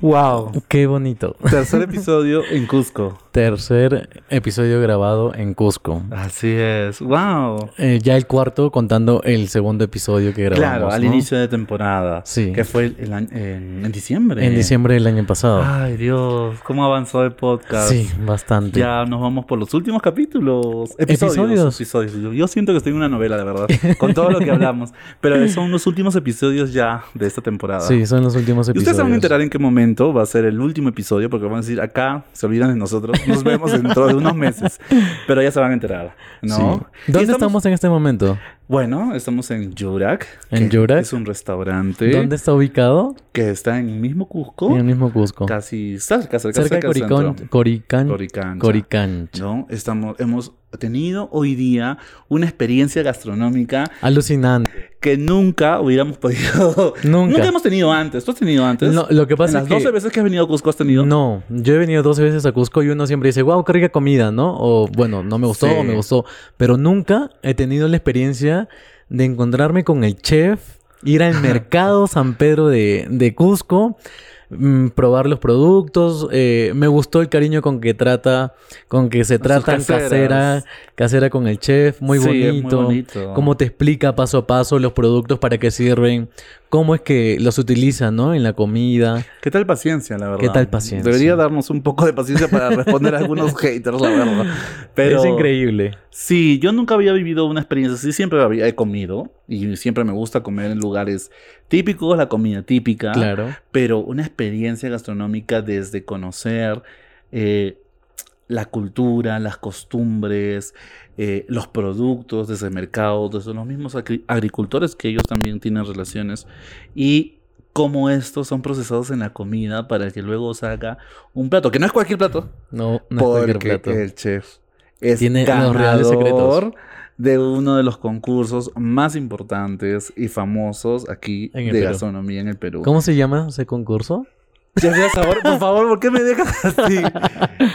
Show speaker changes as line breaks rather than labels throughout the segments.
Wow.
Qué bonito.
Tercer episodio en Cusco.
Tercer episodio grabado en Cusco.
Así es. Wow.
Eh, ya el cuarto contando el segundo episodio que grabamos.
Claro, al
¿no?
inicio de temporada.
Sí.
Que fue el- el año- en, en diciembre.
En diciembre del año pasado.
Ay, Dios, cómo avanzó el podcast.
sí, bastante.
Ya nos vamos por los últimos capítulos. Episodios.
Episodios.
episodios. Yo- Yo siento que estoy en una novela, de verdad. Con todo lo que hablamos. Pero son los últimos episodios ya de esta temporada.
Sí, son los últimos
Y
episodios.
ustedes se van a enterar en qué momento va a ser el último episodio, porque van a decir, acá se olvidan de nosotros, nos vemos dentro de unos meses. Pero ya se van a enterar, ¿no?
Sí.
Y
¿Dónde estamos... en este momento?
Bueno, estamos en Yurak.
¿En
que
Yurak?
Es un restaurante
¿Dónde está ubicado?
que está en el mismo Cusco,
En el mismo Cusco.
casi cerca, cerca,
Cerca de
cerca del
Coricón,
centro.
Coricán.
Coricancha.
Coricancha.
¿no? Estamos, hemos tenido hoy día una experiencia gastronómica
Alucinante.
que nunca hubiéramos podido...
Nunca.
hemos tenido antes. ¿Tú has tenido antes?
No, lo que
en
pasa
las
es que...
12 veces que has venido a Cusco has tenido...
No, yo he venido dos veces a Cusco y uno siempre dice, wow, qué rica comida, ¿no? O bueno, no me gustó
Sí.
o me gustó. Pero nunca he tenido la experiencia de encontrarme con el chef, ir al mercado San Pedro de, de Cusco, mm, probar los productos. eh, me gustó el cariño con que trata, con que se
sus
tratan
caseras.
casera, casera con el chef, muy
Sí, es
bonito.
bonito.
Cómo te explica paso a paso los productos para qué sirven, cómo es que los utilizan, ¿no? En la comida.
¿Qué tal paciencia, la verdad?
¿Qué tal paciencia?
Debería darnos un poco de paciencia para responder a algunos haters, la verdad. Pero
Es increíble.
Sí, yo nunca había vivido una experiencia así. Siempre había he comido y siempre me gusta comer en lugares típicos, la comida típica.
Claro.
Pero una experiencia gastronómica desde conocer eh, la cultura, las costumbres, eh, los productos desde el mercado, desde los mismos agri- agricultores que ellos también tienen relaciones y cómo estos son procesados en la comida para que luego salga un plato, que no es cualquier plato,
No, no es
porque
cualquier plato.
el chef es
Tiene los reales
ganador de uno de los concursos más importantes y famosos aquí
En el
de
Perú.
gastronomía en el Perú.
¿Cómo se llama ese concurso?
Chef de sabor, por favor, ¿por qué me dejas así?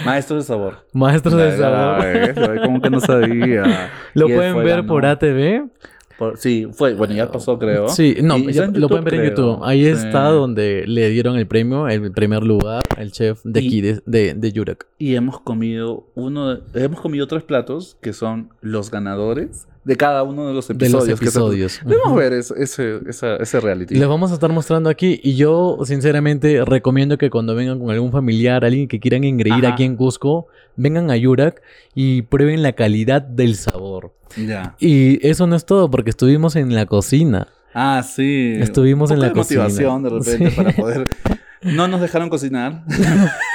Maestro de sabor.
Maestros del
Ay,
Sabor.
ay, Como que no sabía.
Lo
Y él
pueden
fue
ver
ganó.
por ATV.
Por- sí, fue. Bueno, ya pasó, creo.
Sí, no,
Y está
ya-
en
lo pueden ver en
creo.
YouTube. Ahí
Sí.
está donde le dieron el premio, el primer lugar, el chef de
Y-
aquí, de, de, de Yurak.
Y hemos comido uno, de- hemos comido tres platos que son los ganadores de cada uno de los
De
episodios.
los
que se-
episodios.
Debemos
Ujú.
ver ese, ese, esa- ese reality.
Les vamos a estar mostrando aquí y yo sinceramente recomiendo que cuando vengan con algún familiar, alguien que quieran engreír
Ajá.
aquí en Cusco, vengan a Yurak y prueben la calidad del sabor.
Ya.
Y eso no es todo porque estuvimos en la cocina.
Ah, sí.
Estuvimos
Un
en
poco
la
de motivación de
cocina.
repente
Sí.
para poder. No nos dejaron cocinar.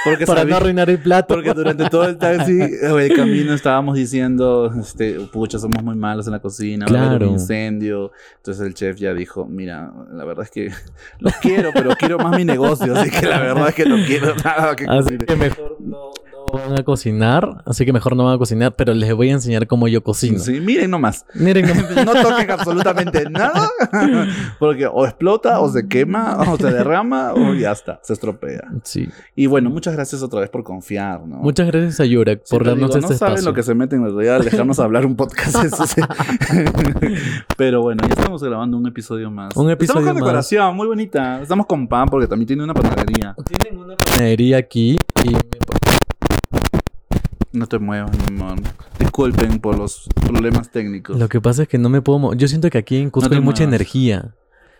Porque
Para no
sabía-
arruinar el plato.
Porque durante todo el taxi, eh, el camino estábamos diciendo, este, pucha, somos muy malos en la cocina, va a haber
Claro.
un incendio. Entonces el chef ya dijo, mira, la verdad es que los quiero, pero quiero más mi negocio, así que la verdad es que no quiero nada que
Así
cocine.
que mejor no, no van a cocinar, así que mejor no van a cocinar, pero les voy a enseñar cómo yo cocino.
Sí, miren nomás.
Miren, no-
No toquen absolutamente nada, porque o explota, o se quema, o se derrama, o ya está, se estropea.
sí.
Y bueno, muchas gracias otra vez por confiar, ¿no?
Muchas gracias a Yurak por
Siempre
darnos
digo,
este
no saben
espacio.
lo que se meten en realidad al dejarnos hablar un podcast. es ese. Pero bueno, ya estamos grabando un episodio más. estamos
Un
con
episodio más.
decoración muy bonita. Estamos con pan porque también tiene una panadería.
Tienen una panadería aquí y me-
No te muevas, mi amor. Disculpen por los problemas técnicos.
lo que pasa es que no me puedo... mo- Yo siento que aquí en Cusco
te
hay mucha
muevas.
energía.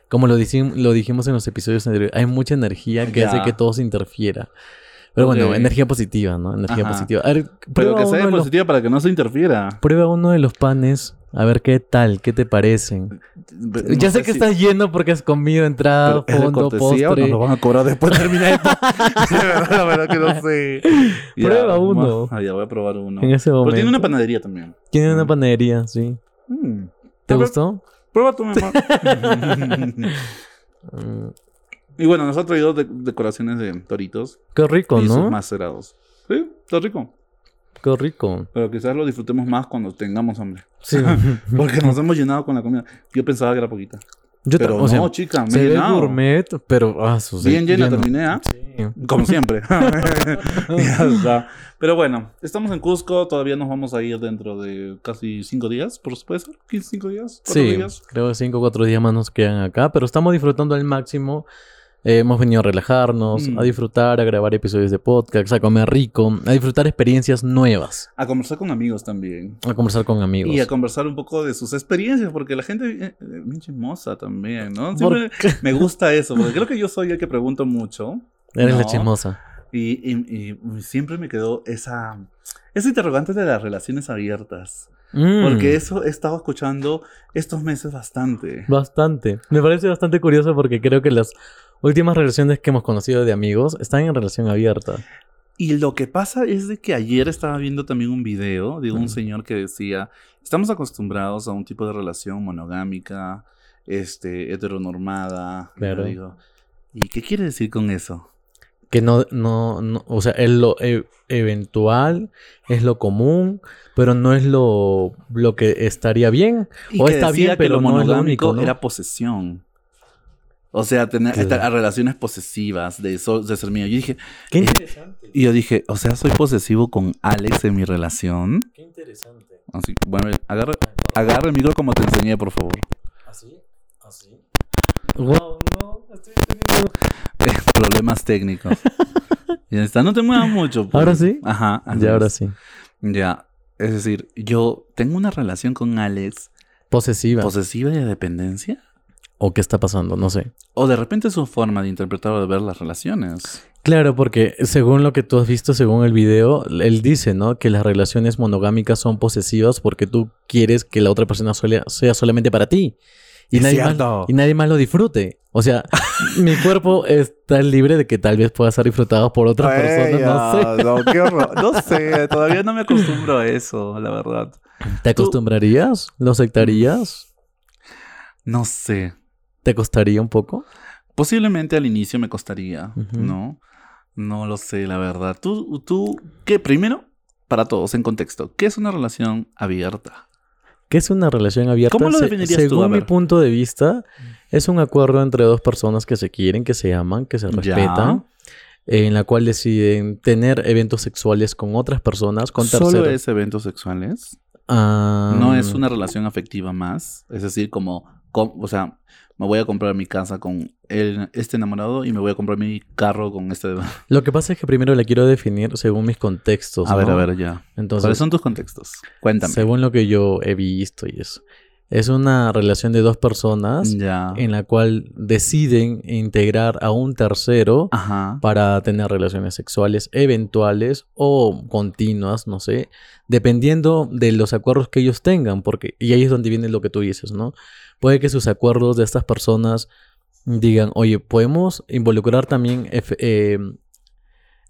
Como lo, dicim- lo dijimos en los episodios anteriores, hay mucha energía que
Ya.
hace que todo se interfiera. Pero
Ok.
bueno, energía positiva, ¿no? Energía
Ajá.
positiva. A ver,
Pero
prueba
que
uno
sea
de los-
positiva para que no se interfiera.
prueba uno de los panes, a ver qué tal, qué te parecen. ya sé que
está
estás lleno porque has comido entrada,
¿Es de
fondo,
cortesía o
postre.
nos lo van a cobrar después de terminar el podcast? De verdad, la verdad que no sé. Ya,
Prueba
vamos-
uno.
Ah, ya voy a probar uno.
En ese
Pero
momento.
tiene una panadería también.
Tiene una panadería, sí.
Mm.
¿Te
Pero-
gustó?
Prueba tú, mi amor.
Mm,
y bueno, nos ha traído de- decoraciones de toritos
Qué rico,
y sus
¿no?
macerados. Sí, está rico.
Qué rico.
Pero quizás lo disfrutemos más cuando tengamos hambre.
Sí.
Porque nos hemos llenado con la comida. Yo pensaba que era poquita.
Yo ta-
Pero
o sea,
no, chica, me he
se ve
llenado.
gourmet, pero ah, su-
Bien llena
lleno.
terminé, ¿ah?
Sí.
Como siempre. Ya está. Pero bueno, estamos en Cusco. Todavía nos vamos a ir dentro de casi cinco días, por supuesto. ¿15, cinco días? ¿Cuatro
Sí,
días?
creo que cinco o cuatro días más nos quedan acá, pero estamos disfrutando al máximo Eh, hemos venido a relajarnos,
Mm.
a disfrutar, a grabar episodios de podcast, a comer rico, a disfrutar experiencias nuevas,
A conversar con amigos también.
a conversar con amigos.
Y a conversar un poco de sus experiencias, porque la gente eh, eh, bien chismosa también, ¿no?
¿Por
Siempre
qué?
me gusta eso, porque creo que yo soy el que pregunto mucho
Eres la
No.
chismosa.
y, y- y siempre me quedó esa, esa interrogante de las relaciones abiertas,
Mm,
porque eso he estado escuchando estos meses bastante.
Bastante. Me parece bastante curioso porque creo que las últimas relaciones que hemos conocido de amigos están en relación abierta.
Y lo que pasa es de que ayer estaba viendo también un video de un
Mm.
señor que decía, estamos acostumbrados a un tipo de relación monogámica, este, heteronormada. Y yo
Claro.
digo, ¿Y qué quiere decir con eso?
Que no, no, no- o sea, es lo e- eventual, es lo común, pero no es lo, lo que estaría bien.
Y
O
que
está
decía
bien,
que
pero
lo
no es lo
monogámico
único, ¿no?
era posesión. O sea, tener
Claro.
estar a relaciones posesivas de, so- de ser mío. Yo dije,
Qué
Eh,
interesante,
y yo dije, o sea, soy posesivo con Alex en mi relación.
qué interesante.
Así, bueno, agarra, agarra el micro como te enseñé, por favor.
Así, así. Wow, no, estoy teniendo...
Eh, Problemas técnicos. ya está, no te muevas mucho. pues.
¿Ahora sí?
Ajá. así
Ya ahora
es.
sí.
Ya. Es decir, yo tengo una relación con Alex
Posesiva.
posesiva y de dependencia.
¿O qué está pasando? No sé.
O de repente es su forma de interpretar o de ver las relaciones.
Claro, porque según lo que tú has visto, según el video, él dice, ¿no? Que las relaciones monogámicas son posesivas porque tú quieres que la otra persona suele- sea solamente para ti. Y
Es
nadie, más,
cierto.
y nadie más lo disfrute. O sea, mi cuerpo está libre de que tal vez pueda ser disfrutado por otras personas. No sé.
No sé. no sé, todavía no me acostumbro a eso, la verdad.
¿Te
Tú-
acostumbrarías? ¿Lo aceptarías?
No sé.
¿Te costaría un poco?
Posiblemente al inicio me costaría,
Ujú.
¿no? No lo sé, la verdad. Tú, tú, ¿qué? Primero, para todos, en contexto, ¿qué es una relación abierta?
¿Qué es una relación abierta?
¿Cómo lo
Se-
definirías tú?
Según
A
mi
ver.
punto de vista, es un acuerdo entre dos personas que se quieren, que se aman, que se
Ya.
respetan, en la cual deciden tener eventos sexuales con otras personas, con
Solo
terceros.
es eventos sexuales.
Ah,
No es una relación afectiva más. Es decir, como, com- o sea, me voy a comprar mi casa con el- este enamorado y me voy a comprar mi carro con este.
Lo que pasa es que primero la quiero definir según mis contextos.
a ver,
¿no?
a ver, ya. ¿Cuáles
Entonces,
son tus contextos? Cuéntame.
según lo que yo he visto y eso, es una relación de dos personas
Ya.
en la cual deciden integrar a un tercero
Ajá.
para tener relaciones sexuales eventuales o continuas, no sé, dependiendo de los acuerdos que ellos tengan, porque y ahí es donde viene lo que tú dices, ¿no? Puede que sus acuerdos de estas personas digan, oye, podemos involucrar también ef- eh,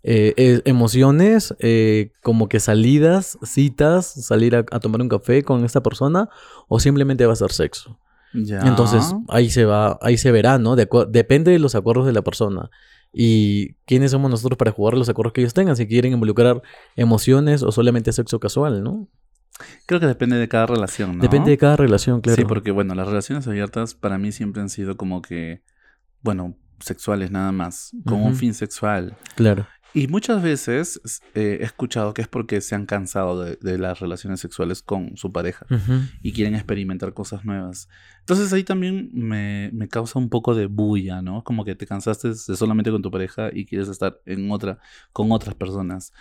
eh, eh, emociones, eh, como que salidas, citas, salir a, a tomar un café con esta persona, o simplemente va a ser sexo.
Ya.
Entonces
Ah.
ahí se va, ahí se verá, ¿no? De acuer- depende de los acuerdos de la persona. Y quiénes somos nosotros para jugar los acuerdos que ellos tengan, si quieren involucrar emociones o solamente sexo casual, ¿no?
Creo que depende de cada relación, ¿no?
Depende de cada relación, claro.
Sí, porque bueno, las relaciones abiertas para mí siempre han sido como que, bueno, sexuales nada más, con un
Ujú.
fin sexual.
Claro.
Y muchas veces s- eh, he escuchado que es porque se han cansado de, de las relaciones sexuales con su pareja
Ujú.
y quieren experimentar cosas nuevas. Entonces ahí también me, me causa un poco de bulla, ¿no? Como que te cansaste de solamente con tu pareja y quieres estar en otra, con otras personas.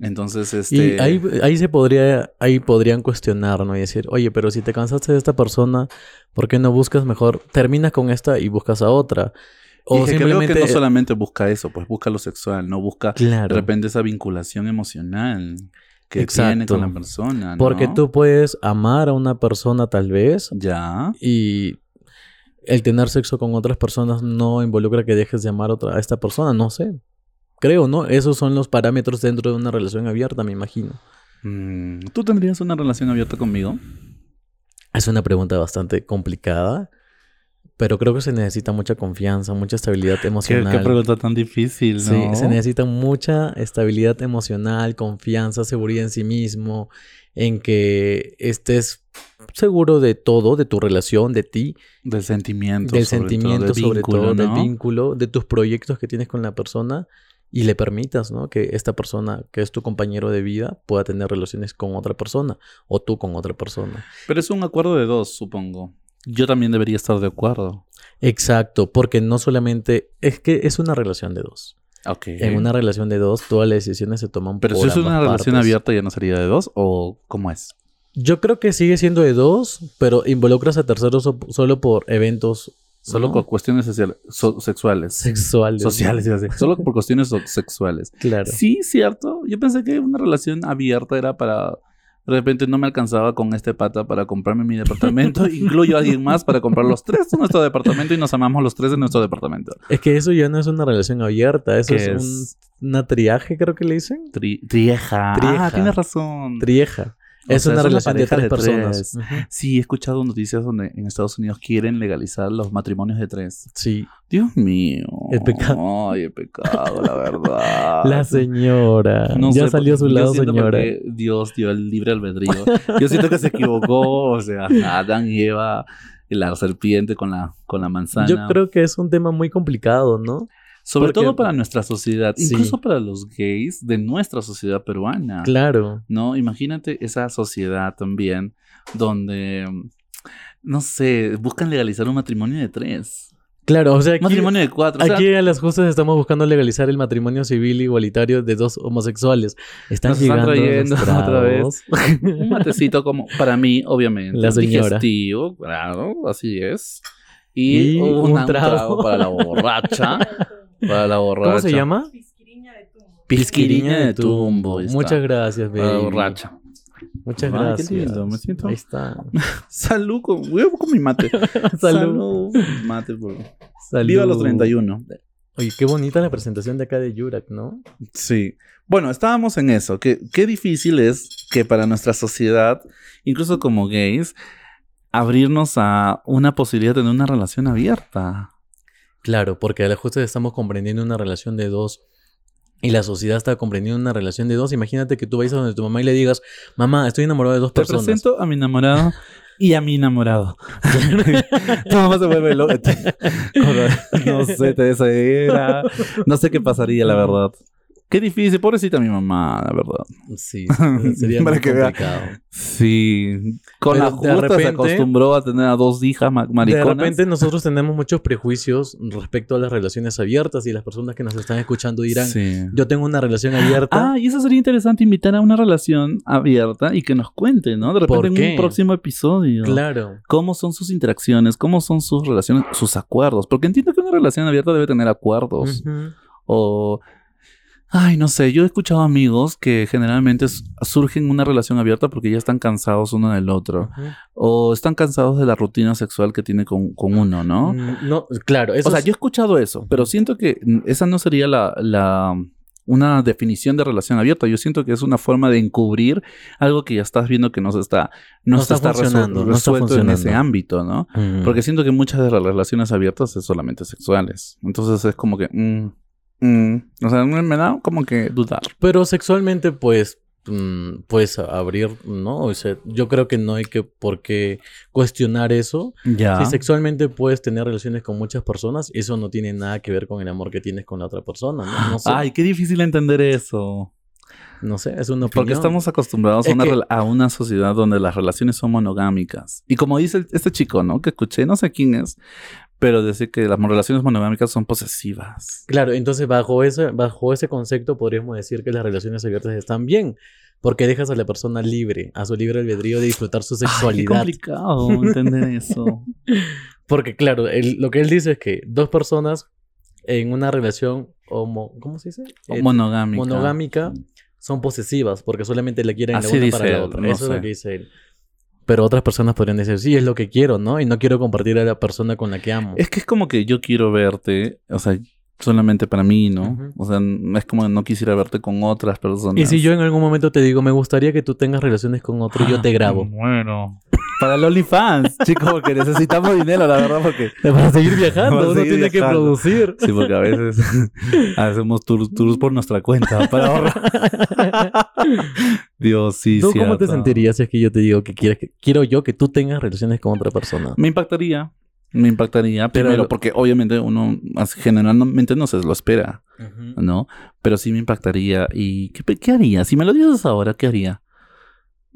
Entonces, este...
Y ahí, ahí se podría, ahí podrían cuestionar, ¿no? Y decir, oye, pero si te cansaste de esta persona, ¿por qué no buscas mejor? Terminas con esta y buscas a otra.
Y
O
es que
simplemente. eh,
creo que no solamente busca eso, pues busca lo sexual, no busca
Claro.
de repente esa vinculación emocional que tiene
Exacto.
con la persona. ¿no?
Porque tú puedes amar a una persona tal vez,
Ya.
Y el tener sexo con otras personas no involucra que dejes de amar a otra- a esta persona, no sé. Creo, ¿no? Esos son los parámetros dentro de una relación abierta, me imagino.
Mm, ¿Tú tendrías una relación abierta conmigo?
Es una pregunta bastante complicada, pero creo que se necesita mucha confianza, mucha estabilidad
¿Qué,
emocional.
qué pregunta tan difícil,
Sí,
¿no?
se necesita mucha estabilidad emocional, confianza, seguridad en sí mismo, en que estés seguro de todo, de tu relación, de ti,
Del sentimiento.
del
sobre todo,
sentimiento,
del
sobre
vínculo,
todo, del
¿no?
vínculo, de tus proyectos que tienes con la persona y le permitas, ¿no? Que esta persona, que es tu compañero de vida, pueda tener relaciones con otra persona o tú con otra persona.
Pero es un acuerdo de dos, supongo. Yo también debería estar de acuerdo.
Exacto, porque no solamente es que es una relación de dos.
Ok.
En una relación de dos, todas las decisiones se toman
Pero si
por
es una
ambas
relación
partes.
abierta, ¿ya no sería de dos? ¿O cómo es?
Yo creo que sigue siendo de dos, pero involucras a terceros so- solo por eventos
Solo
¿no?
con cuestiones social- so- sexuales.
sexuales.
Sociales, iba a decir. Solo por cuestiones so- sexuales.
Claro.
Sí, cierto. Yo pensé que una relación abierta era para. De repente no me alcanzaba con este pata para comprarme mi departamento. Incluyo a alguien más para comprar los tres de nuestro departamento y nos amamos los tres de nuestro departamento.
Es que eso ya no es una relación abierta, eso
¿Qué
es, un-
es?
una triaje, creo que le dicen.
Tri- trieja.
Trieja.
Ah, tienes razón.
Trieja.
O
es
sea,
una
es una
relación de
pareja
tres
de
personas.
tres.
Ujú.
sí, he escuchado noticias donde en Estados Unidos quieren legalizar los matrimonios de tres.
Sí.
Dios mío.
El pecado.
Ay, el pecado, la verdad.
La señora.
pues, No
ya
sé,
salió a su
yo
lado,
siento
señora.
porque Dios dio el libre albedrío. Yo siento que se equivocó, o sea, Adán y Eva, la serpiente con la, con la manzana.
Yo creo que es un tema muy complicado, ¿no?
Sobre
porque-
todo para nuestra sociedad,
Sí.
incluso para los gays de nuestra sociedad peruana.
Claro.
¿No? Imagínate esa sociedad también donde, no sé, buscan legalizar un matrimonio de tres.
Claro, o sea, aquí,
Matrimonio de cuatro. o sea,
aquí a las justas estamos buscando legalizar el matrimonio civil igualitario de dos homosexuales. Están
Nos están
llegando
trayendo
los
otra
tragos.
un matecito como para mí, obviamente.
La
un
señora.
Digestivo, claro, así es. Y,
Y
una-
un
un,
trago.
trago. para la borracha. Para la borracha.
¿Cómo se llama?
Pisquiriña de tumbo.
Pisquiriña de tumbo. ahí está.
Muchas gracias,
Para la
baby.
borracha.
Muchas
Ay, qué
gracias.
lindo, me siento-
Ahí está.
Salud con, voy a- con mi mate.
Salud.
Mate, por favor.
Salud.
Viva los 31.
Oye, qué bonita la presentación de acá de Yurak, ¿no?
Sí. Bueno, estábamos en eso. Que, qué difícil es que para nuestra sociedad, incluso como gays, abrirnos a una posibilidad de tener una relación abierta.
Claro, porque a la justa estamos comprendiendo una relación de dos y la sociedad está comprendiendo una relación de dos. Imagínate que tú vayas a donde tu mamá y le digas, mamá, estoy enamorado de dos
Te
personas.
presento a mi enamorado y a mi enamorado. tu mamá se vuelve loca. No sé, te desespera. No sé qué pasaría, la verdad. Qué difícil, pobrecita mi mamá, la verdad.
Sí, sería muy
Para que vea.
complicado.
Sí. Con
Pero
la
de
justa
repente-
se acostumbró a tener a dos hijas ma-
De
mariconas.
repente nosotros tenemos muchos prejuicios respecto a las relaciones abiertas y las personas que nos están escuchando dirán,
Sí.
yo tengo una relación abierta.
Ah, y eso sería interesante invitar a una relación abierta y que nos cuente, ¿no? De
¿Por
repente en
qué?
un próximo episodio.
claro.
Cómo son sus interacciones, cómo son sus relaciones, sus acuerdos. Porque entiendo que una relación abierta debe tener acuerdos.
Ujú.
O. Ay, no sé, yo he escuchado amigos que generalmente s- surgen una relación abierta porque ya están cansados uno del otro.
Ujú.
O están cansados de la rutina sexual que tiene con, con uno, ¿no?
Mm, No, claro, eso
o sea,
es-
yo he escuchado eso, pero siento que mm, esa no sería la, la- una definición de relación abierta. Yo siento que es una forma de encubrir algo que ya estás viendo que no se está, no
No
se
está
está, resu-
funcionando, no está
resuelto en ese
funcionando.
ámbito, ¿no?
Mm.
Porque siento que muchas de las relaciones abiertas es solamente sexuales. Entonces es como que. mm, mm. O sea, me me da como que dudar.
Pero sexualmente, pues, mm, puedes abrir, ¿no? O sea, yo creo que no hay que por qué cuestionar eso.
Ya.
Si sexualmente puedes tener relaciones con muchas personas, eso no tiene nada que ver con el amor que tienes con la otra persona, ¿no? No sé,
Ay, qué difícil entender eso.
no sé es una opinión.
Porque estamos acostumbrados a
Es
una,
que-
rela- a una sociedad donde las relaciones son monogámicas. Y como dice el- este chico, ¿no? Que escuché, no sé quién es, pero decir que las relaciones monogámicas son posesivas.
Claro, entonces bajo ese, bajo ese concepto podríamos decir que las relaciones abiertas están bien, porque dejas a la persona libre, a su libre albedrío de disfrutar su
Ay, qué
sexualidad.
complicado entender eso.
Porque claro, él- lo que él dice es que dos personas en una relación homo, ¿cómo se dice?
O
Eh,
monogámica.
monogámica son posesivas porque solamente le quieren la
Así
una
dice
para la
él,
otra.
no
Eso es
sé.
lo que dice él. Pero otras personas podrían decir, sí, es lo que quiero, ¿no? Y no quiero compartir a la persona con la que amo.
Es que es como que yo quiero verte, o sea, solamente para mí, ¿no?
Ujú.
O sea, n- es como que no quisiera verte con otras personas.
Y si yo en algún momento te digo, me gustaría que tú tengas relaciones con otro, yo te grabo.
Bueno. Para los OnlyFans, chicos, porque necesitamos dinero, la verdad, porque...
Para seguir viajando,
Para
uno
seguir
tiene que
viajando.
producir.
Sí, porque a veces hacemos tours, tours por nuestra cuenta para ahorrar. Dios, sí,
¿Tú cómo
cierto.
te sentirías si es que yo te digo que, quieres que quiero yo que tú tengas relaciones con otra persona?
Me impactaría. Me impactaría,
Pero-
primero, porque obviamente uno as- generalmente no se lo espera, ¿no? Pero sí me impactaría. ¿Y qué, pe- qué haría? Si me lo dices ahora, ¿qué haría?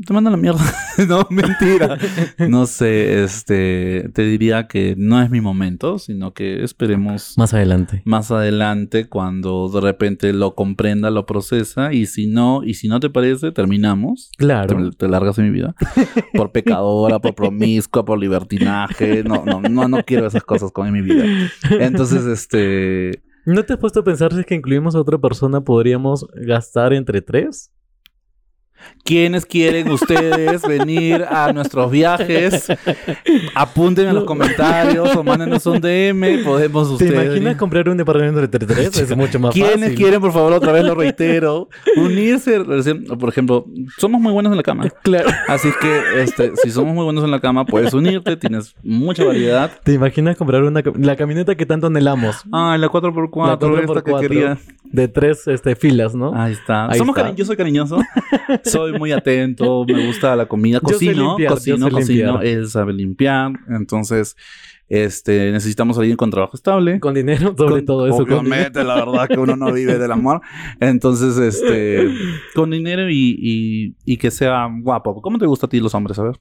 te mando a la mierda. no, mentira. no sé, este, te diría que no es mi momento, sino que esperemos
Más adelante.
más adelante cuando de repente lo comprenda, lo procesa y si no, y si no te parece, terminamos.
Claro.
Te, te largas de mi vida. Por pecadora, por promiscua, por libertinaje. No, no, no, no quiero esas cosas con en mi vida. Entonces, este.
¿No te has puesto a pensar si es que incluimos a otra persona podríamos gastar entre tres?
¿Quiénes quieren ustedes venir a nuestros viajes? Apunten en los comentarios o mándenos un DM. Podemos
¿Te
ustedes.
imaginas comprar un departamento entre tres? Es mucho más fácil.
¿Quiénes quieren, por favor, otra vez lo reitero, unirse? recién- Por ejemplo, somos muy buenos en la cama.
Claro.
Así que, este, si somos muy buenos en la cama, puedes unirte, tienes mucha variedad.
¿Te imaginas comprar una cam- la camioneta que tanto anhelamos?
Ah, la 4x4,
La
esta
4x4.
que quería.
De tres este, filas, ¿no?
Ahí está.
Ahí
Somos
está.
cari- yo soy cariñoso. Soy muy atento, me gusta la comida.
Yo sé
Cocino,
limpiar, yo
cocino,
sé
cocino.
limpiar.
Él sabe limpiar. Entonces, este, necesitamos a alguien con trabajo estable.
Con dinero, sobre
Con-
todo eso. con dinero.
Obviamente, la verdad que uno no vive del amor. Entonces, este, con dinero y, y- y que sea guapo. ¿Cómo te gusta a ti los hombres? A ver.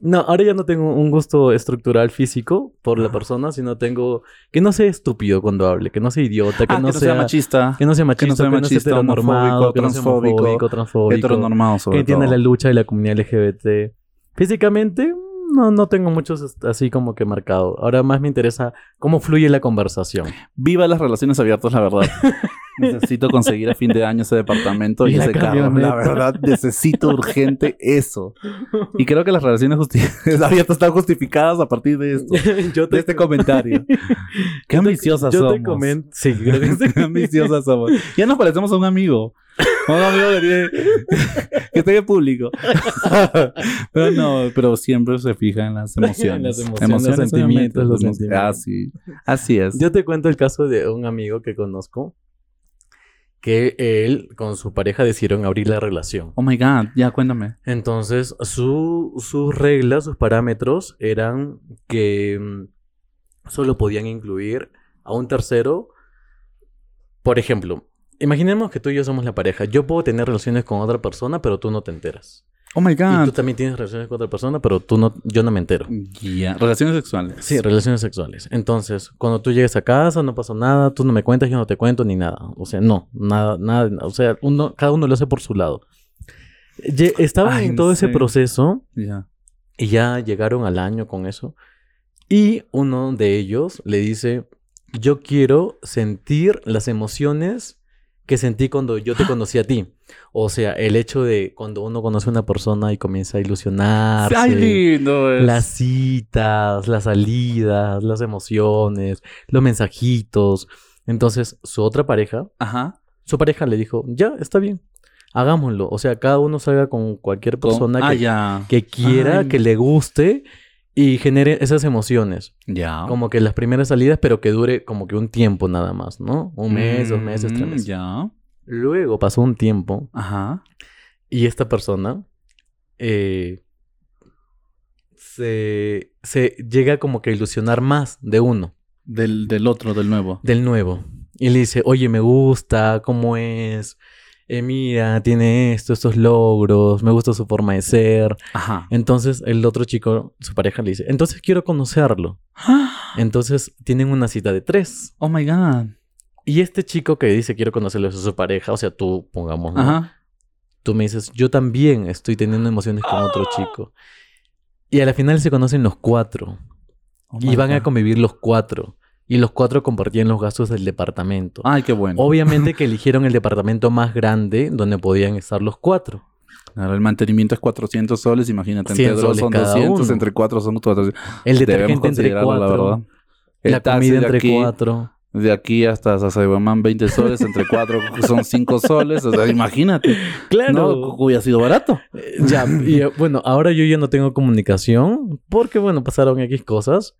No, ahora ya no tengo un gusto estructural físico por
Ah.
la persona, sino tengo que no sea estúpido cuando hable, que no sea idiota, que,
Ah,
no,
que no sea machista,
que no sea machista, que no sea
machista,
heteronormado,
homofóbico,
que no sea
transfóbico,
homofóbico, transfóbico,
heteronormado
que
sobre
entienda
todo.
la lucha de la comunidad LGBT. Físicamente, no, no tengo muchos est- así como que marcado. Ahora más me interesa cómo fluye la conversación.
Viva las relaciones abiertas, la verdad. necesito conseguir a fin de año ese departamento y,
Y la
ese carro. La
camioneta.
verdad, necesito urgente eso. Y creo que las relaciones justi- abiertas están justificadas a partir de esto.
yo
De este comentario. Qué ambiciosas
yo
somos.
te comento. Sí, creo que sí.
Qué ambiciosas somos. Ya nos parecemos a un amigo. A un amigo que tiene... que esté en público. pero no, pero siempre se fija en las emociones.
Las emociones, los sentimientos, los
obviamente.
sentimientos.
Así, así es.
Yo te cuento el caso de un amigo que conozco que él con su pareja decidieron abrir la relación.
Oh my God, ya cuéntame.
Entonces, su, sus reglas, sus parámetros eran que mm, solo podían incluir a un tercero. Por ejemplo, imaginemos que tú y yo somos la pareja. Yo puedo tener relaciones con otra persona, pero tú no te enteras.
Oh my
Y
God.
tú también tienes relaciones con otra persona, pero tú no, yo no me entero.
Ya, Relaciones sexuales.
Sí, relaciones sexuales. Entonces, cuando tú llegues a casa, no pasa nada, tú no me cuentas, yo no te cuento ni nada. O sea, no, nada, nada. O sea, uno, cada uno lo hace por su lado. Ye- estaban
Ay,
en
no
todo
sé.
ese proceso
Ya.
y ya llegaron al año con eso. Y uno de ellos le dice, yo quiero sentir las emociones que sentí cuando yo te conocí a ti. O sea, el hecho de cuando uno conoce a una persona y comienza a ilusionarse.
Ay, lindo es.
Las citas, las salidas, las emociones, los mensajitos. Entonces, su otra pareja,
Ajá.
su pareja le dijo, ya, está bien, hagámoslo. O sea, cada uno salga con cualquier
Con-
persona
Ah,
que,
ya.
que quiera,
Ay.
que le guste y genere esas emociones.
Ya.
Como que las primeras salidas, pero que dure como que un tiempo nada más, ¿no? Un mes, dos meses, tres
Mm,
meses.
Ya.
Luego pasó un tiempo
Ajá.
y esta persona eh, se, se llega como que a ilusionar más de uno,
Del, del otro, del nuevo.
del nuevo. Y le dice, oye, me gusta, ¿cómo es? Eh, mira, tiene esto, estos logros, me gusta su forma de ser.
Ajá.
Entonces el otro chico, su pareja le dice, entonces quiero conocerlo. Eh, Entonces tienen una cita de tres.
Oh my God.
Y este chico que dice quiero conocerlo es su pareja, o sea, tú pongamos, ¿no?
Ajá.
tú me dices, yo también estoy teniendo emociones con otro
¡Ah!
chico. Y a la final se conocen los cuatro.
Oh my
Y van a
God.
convivir los cuatro. Y los cuatro compartían los gastos del departamento.
Ay, qué bueno.
Obviamente que eligieron el departamento más grande donde podían estar los cuatro.
Claro, el mantenimiento es 400 soles, imagínate. En
100
Pedro
soles
son
cada
200,
uno.
entre 4 son 400.
El
Debemos
detergente entre
considerarlo, la verdad.
cuatro.
El
La
taxi
comida
de
entre
aquí,
cuatro.
De aquí hasta Sasaibamán, 20 soles, entre 4 son 5 soles. O sea, imagínate. No,
Claro.
cu- hubiera sido barato.
Ya, y eh, bueno, ahora yo ya no tengo comunicación porque, bueno, pasaron X cosas.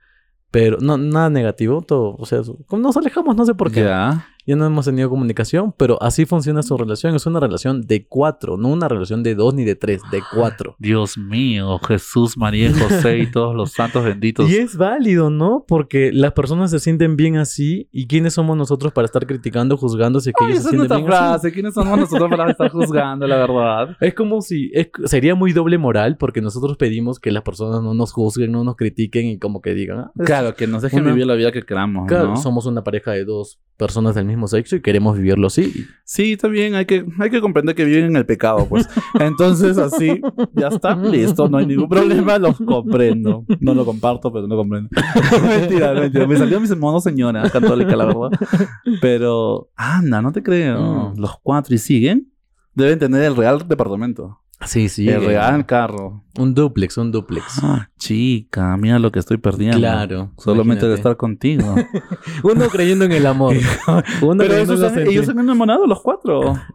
Pero no, nada negativo, todo. O sea, su- nos alejamos, no sé por qué.
Ya.
Ya no hemos tenido comunicación, pero así funciona
Mm.
su relación. Es una relación de cuatro, no una relación de dos ni de tres, de
Ah.
cuatro.
Dios mío, Jesús, María, José y todos los santos benditos.
Y es válido, ¿no? Porque las personas se sienten bien así. ¿Y quiénes somos nosotros para estar criticando, juzgando si es que
Ay,
ellos se
esa es
sienten
nuestra
bien así?
frase. ¿Quiénes somos nosotros para estar juzgando, la verdad?
Es como si es- sería muy doble moral porque nosotros pedimos que las personas no nos juzguen, no nos critiquen y como que digan, "Ah, es-
Claro, que nos dejen
Una-
vivir la vida que queramos,
claro,
¿no?
somos una pareja de dos personas del mismo sexo y queremos vivirlo así.
Sí, también hay que, hay que comprender que viven en el pecado, pues. Entonces, así, ya está, listo, no hay ningún problema, los comprendo. No lo comparto, pero no comprendo. mentira, mentira. Me salió mi mono señora católica, la verdad. Pero, anda, no te creo.
Mm.
Los cuatro y siguen. Deben tener el real departamento.
Sí, sí. eh,
el real carro.
Un duplex, un duplex.
Ah, chica, mira lo que estoy perdiendo.
Claro.
Solamente de
imagínate.
estar contigo.
Uno creyendo en el amor. Uno
pero
creyendo
esos
en los
han- ellos se han enamorado los cuatro.
sentimientos.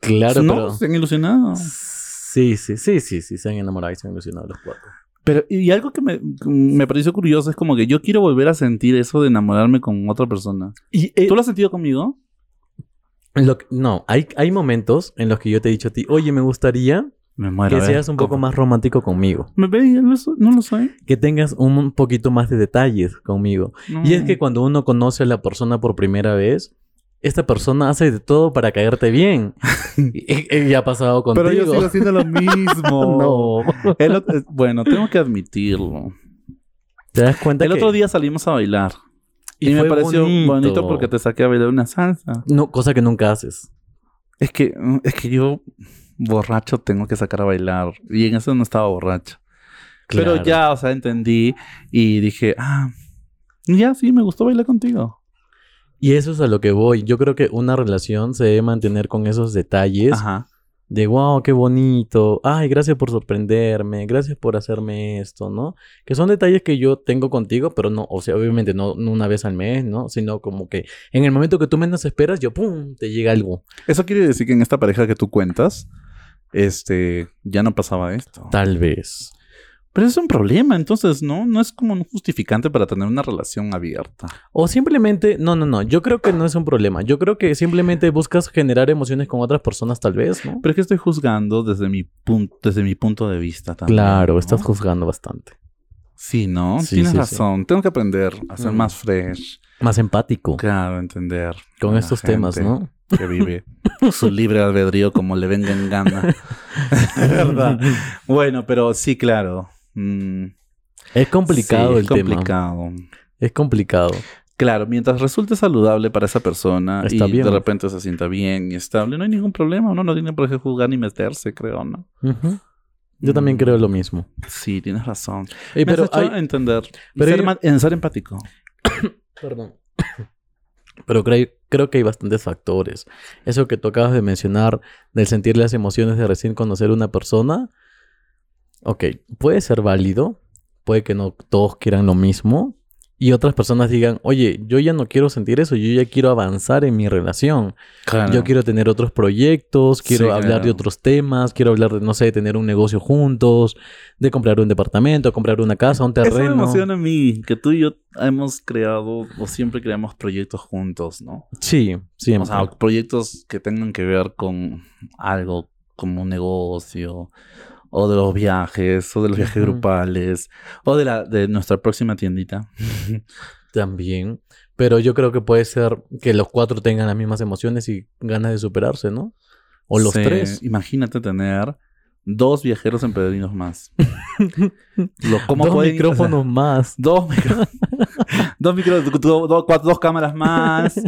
Claro,
¿No?
pero...
Se han ilusionado.
Sí, sí, sí, sí, sí, se han enamorado y se han ilusionado los cuatro.
Pero, y algo que me, que me pareció curioso es como que yo quiero volver a sentir eso de enamorarme con otra persona.
Y
¿Tú lo has sentido conmigo?
lo que- no, hay, hay momentos en los que yo te he dicho a ti, oye, me gustaría
Me muero.
que seas un poco más romántico conmigo.
¿Me ve? ¿No lo- ¿No lo soy?
que tengas un poquito más de detalles conmigo.
No.
Y es que cuando uno conoce a la persona por primera vez, esta persona hace de todo para caerte bien. y, y- y ha pasado contigo.
Pero yo sigo haciendo lo mismo.
no.
El ot- eh, bueno, tengo que admitirlo.
¿Te das cuenta
El
que-
otro día salimos a bailar. Y,
Y
me
fue
pareció bonito.
bonito.
porque te saqué a bailar una salsa.
No, cosa que nunca haces.
Es que, mm, es que yo borracho tengo que sacar a bailar. Y en eso no estaba borracho. Pero
Claro.
ya, o sea, entendí y dije, ah, ya sí, me gustó bailar contigo.
Y eso es a lo que voy. Yo creo que una relación se debe mantener con esos detalles
Ajá.
de wow, qué bonito. Ay, gracias por sorprenderme. Gracias por hacerme esto, ¿no? Que son detalles que yo tengo contigo, pero no, o sea, obviamente no, no una vez al mes, ¿no? Sino como que en el momento que tú menos esperas, yo pum, te llega algo.
Eso quiere decir que en esta pareja que tú cuentas, este, ya no pasaba esto.
Tal vez.
Pero es un problema, entonces, ¿no? No es como un justificante para tener una relación abierta.
O simplemente, no, no, no. Yo creo que no es un problema. Yo creo que simplemente buscas generar emociones con otras personas, tal vez, ¿no?
Pero es que estoy juzgando desde mi, pun- desde mi punto de vista también.
Claro,
¿no?
estás juzgando bastante.
Sí, ¿no?
Sí,
Tienes
sí, sí.
razón. Tengo que aprender a ser
Mm.
más fresh.
Más empático
Claro, entender
con
la
estos temas,
gente.
¿no?
que vive su libre albedrío como le venga en gana. De verdad. Bueno, pero sí, claro. Mm,
Es complicado
sí,
el
es
tema.
complicado.
Es complicado.
Claro, mientras resulte saludable para esa persona
Está
y
bien.
de repente se sienta bien y estable, no hay ningún problema. Uno no tiene por qué juzgar ni meterse, creo, ¿no?
Ujú. Yo también
Mm.
creo lo mismo.
Sí, tienes razón.
Eh,
Me has
pero
hecho
hay-
entender.
pero
ser,
hay-
ma- en ser empático.
Perdón. Pero creo, creo que hay bastantes factores. Eso que tú acabas de mencionar, del sentir las emociones de recién conocer una persona, ok, puede ser válido, puede que no todos quieran lo mismo, y otras personas digan, oye, yo ya no quiero sentir eso, yo ya quiero avanzar en mi relación,
Claro.
yo quiero tener otros proyectos, quiero
Sí,
hablar de
claro.
otros temas, quiero hablar de, no sé, de tener un negocio juntos, de comprar un departamento, comprar una casa, un
Eso me
terreno.
emociona a mí, que tú y yo hemos creado o siempre creamos proyectos juntos, ¿no?
Sí, em, siempre.
O sea, proyectos que tengan que ver con algo como un negocio, o de los viajes, o de los viajes
Ujú.
grupales, o de, la, de nuestra próxima tiendita.
También. Pero yo creo que puede ser que los cuatro tengan las mismas emociones y ganas de superarse, ¿no? O los
Se-
tres.
Imagínate tener dos viajeros empedernidos más. Lo- ¿cómo
Dos
pueden-
micrófonos más.
Dos micrófonos. dos micrófonos, do- do- cuatro- dos cámaras más.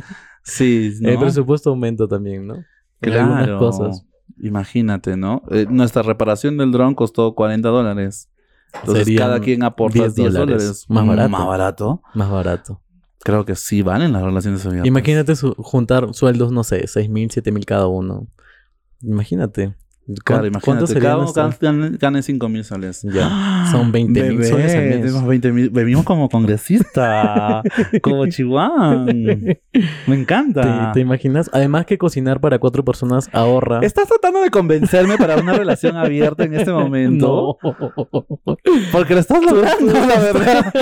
Sí, ¿no?
El presupuesto aumenta también, ¿no? En algunas
Claro.
cosas.
Imagínate, ¿no? Eh, nuestra reparación del dron costó 40 dólares. Entonces
Serían
cada quien aporta 10
10
dólares.
dólares. Más barato.
Más barato.
Más barato.
Creo que sí valen las relaciones abiertas.
Imagínate su- juntar sueldos, no sé, seis mil, siete mil cada uno. Imagínate.
Claro,
¿Cuán-
imagínate.
¿Cuánto sería
Cada uno
nuestra-
gane- gane 5 mil soles. ¡Ah!
Ya, son 20 mil
Bebé,
soles al mes.
tenemos 20 mil. Venimos como congresista. como chihuahua. Me
¿Te,
encanta.
te imaginas? Además que cocinar para cuatro personas ahorra.
Estás tratando de convencerme para una relación abierta en este momento.
No. este-
Porque lo estás logrando, la verdad.
Te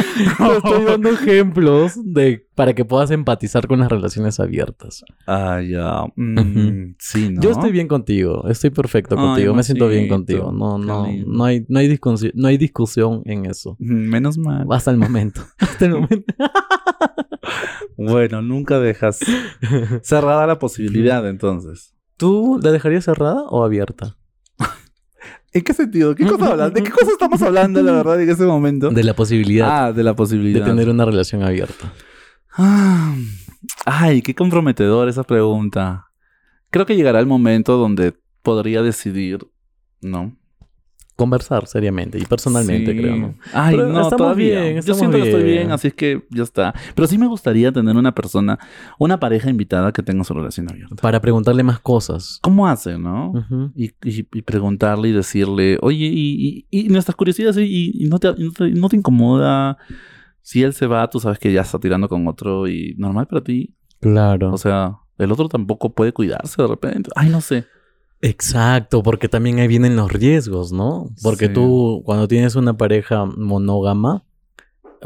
estoy dando ejemplos de para que puedas empatizar con las relaciones abiertas.
Ah, ya. Mm,
Ujú.
Sí, ¿no?
Yo estoy bien contigo, estoy perfecto
Ay,
contigo, me siento bien
Maxito,
contigo. No,
qué
no,
lindo.
no hay, no hay, discusi- no hay discusión en eso.
Mm, Menos mal.
Hasta el momento.
Este
Hasta el momento.
Bueno, nunca dejas cerrada la posibilidad entonces.
¿Tú la dejarías cerrada o abierta?
¿En qué sentido? ¿Qué cosa hablas? ¿De qué cosa estamos hablando, la verdad, en ese momento?
De la posibilidad
ah, de la
de
posibilidad.
tener una relación abierta.
Ah, Ay, qué comprometedor esa pregunta. Creo que llegará el momento donde podría decidir, ¿no?
Conversar seriamente y personalmente,
Sí.
creo, ¿no?
Ay,
Pero
no,
estamos
todavía.
bien,
Yo
estamos
siento que estoy
bien.
bien, así es que ya está. Pero sí me gustaría tener una persona, una pareja invitada que tenga su relación abierta.
Para preguntarle más cosas.
¿Cómo hace, no?
Ujú.
Y, y- y preguntarle y decirle, oye, y, y- y nuestras curiosidades, y, y no, te, y no te- no te incomoda. Si él se va, tú sabes que ya está tirando con otro y normal para ti.
Claro.
O sea, el otro tampoco puede cuidarse de repente. Ay, no sé.
Exacto, porque también ahí vienen los riesgos, ¿no? Porque
Sí.
tú, cuando tienes una pareja monógama,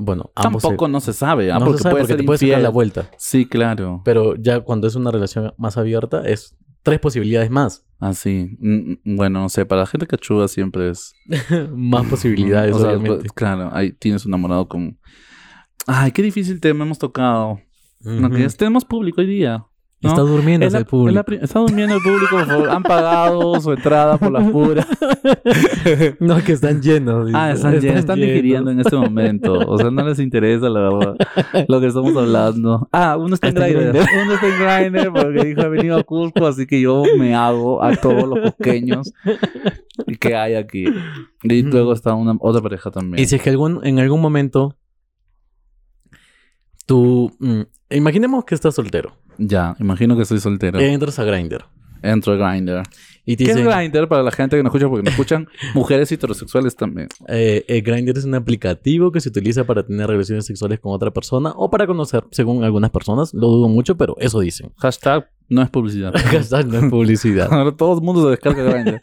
bueno, ambos se-
Tampoco no se sabe, ¿ah?
no se
porque,
sabe
puede
porque
ser
te puedes sacar
infiel.
la vuelta.
Sí, claro.
Pero ya cuando es una relación más abierta, es tres posibilidades más.
Así. Mm, mm, Bueno, no sé, para la gente cachuda siempre es.
más posibilidades,
O sea,
obviamente.
pues, claro, ahí tienes un enamorado con. Ay, qué difícil tema hemos tocado. No, que
Ujú.
ya tenemos público hoy día. ¿no?
Está durmiendo
Es la-
el
es la
público.
pri- está durmiendo el público, por favor. Han pagado su entrada por la pura.
No, que están llenos.
Ah,
dice.
están, llenos, están
llenos.
digiriendo en este momento. O sea, no les interesa, la verdad, lo que estamos hablando. Ah, uno está en
Está en
Grindr. Uno está en Grindr porque dijo, he venido a Cusco, así que yo me hago a todos los cusqueños y que hay aquí. Y luego está una, otra pareja también.
Y si es que algún, en algún momento tú... mm, imaginemos que estás soltero.
Ya, imagino que soy soltero.
Entras a Grindr.
Entro a Grindr.
Y te
¿Qué es
dicen...
Grindr para la gente que no escucha? Porque me escuchan mujeres heterosexuales también.
Eh, eh, Grindr es un aplicativo que se utiliza para tener relaciones sexuales con otra persona o para conocer, según algunas personas, lo dudo mucho, pero eso dicen.
Hashtag no es publicidad.
Hashtag no es publicidad.
Ahora todo el mundo se descarga Grindr.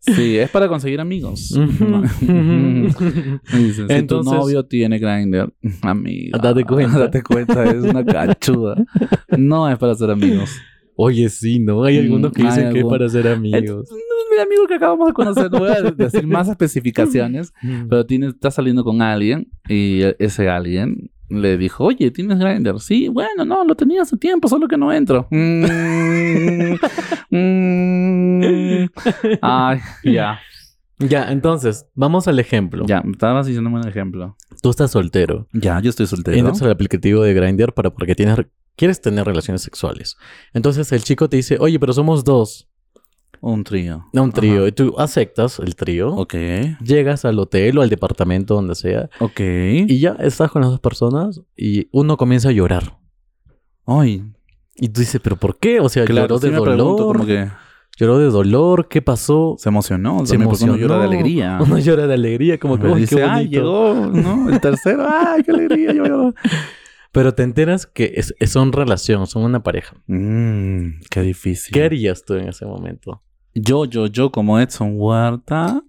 Sí, es para conseguir amigos. Dices, si tu
Entonces-
novio tiene Grindr, amiga.
Date cuenta.
Date cuenta, es una cachuda. No es para ser amigos.
Oye, sí, ¿no? Hay algunos que
Mm, hay
dicen que es
algún-
para ser amigos.
El, el amigo que acabamos de conocer, no voy a decir más especificaciones,
Mm.
pero tiene, está saliendo con alguien y ese alguien le dijo, oye, ¿tienes Grindr? Sí, bueno, no, lo tenía hace tiempo, solo que no entro. Mm, mm. Ay, mm. ya,
Ya, entonces, vamos al ejemplo.
ya, me estabas diciendo un ejemplo.
Tú estás soltero.
Ya, yo estoy soltero.
Entras al aplicativo de Grindr para porque tienes, quieres tener relaciones sexuales. Entonces el chico te dice, oye, pero somos dos,
Un trío.
no un trío.
Ajá.
Y tú aceptas el trío.
Ok,
Llegas al hotel o al departamento, donde sea,
ok.
Y ya estás con las dos personas y uno comienza a llorar.
Ay,
Y tú dices, ¿pero por qué? O sea,
claro,
lloró
sí
de
me pregunto
dolor.
como que
Lloró de dolor, ¿qué pasó?
se emocionó.
Se
también, porque uno llora de
emocionó.
alegría.
Uno llora de alegría, como que,
Pero
"Uy, qué
dice, ay,
bonito".
llegó, ¿no? El tercero, ay, qué alegría, yo lloro.
Pero te enteras que es- son relación, son una pareja.
Mmm, qué difícil.
¿Qué harías tú en ese momento?
Yo, yo, yo, como Edson Huerta,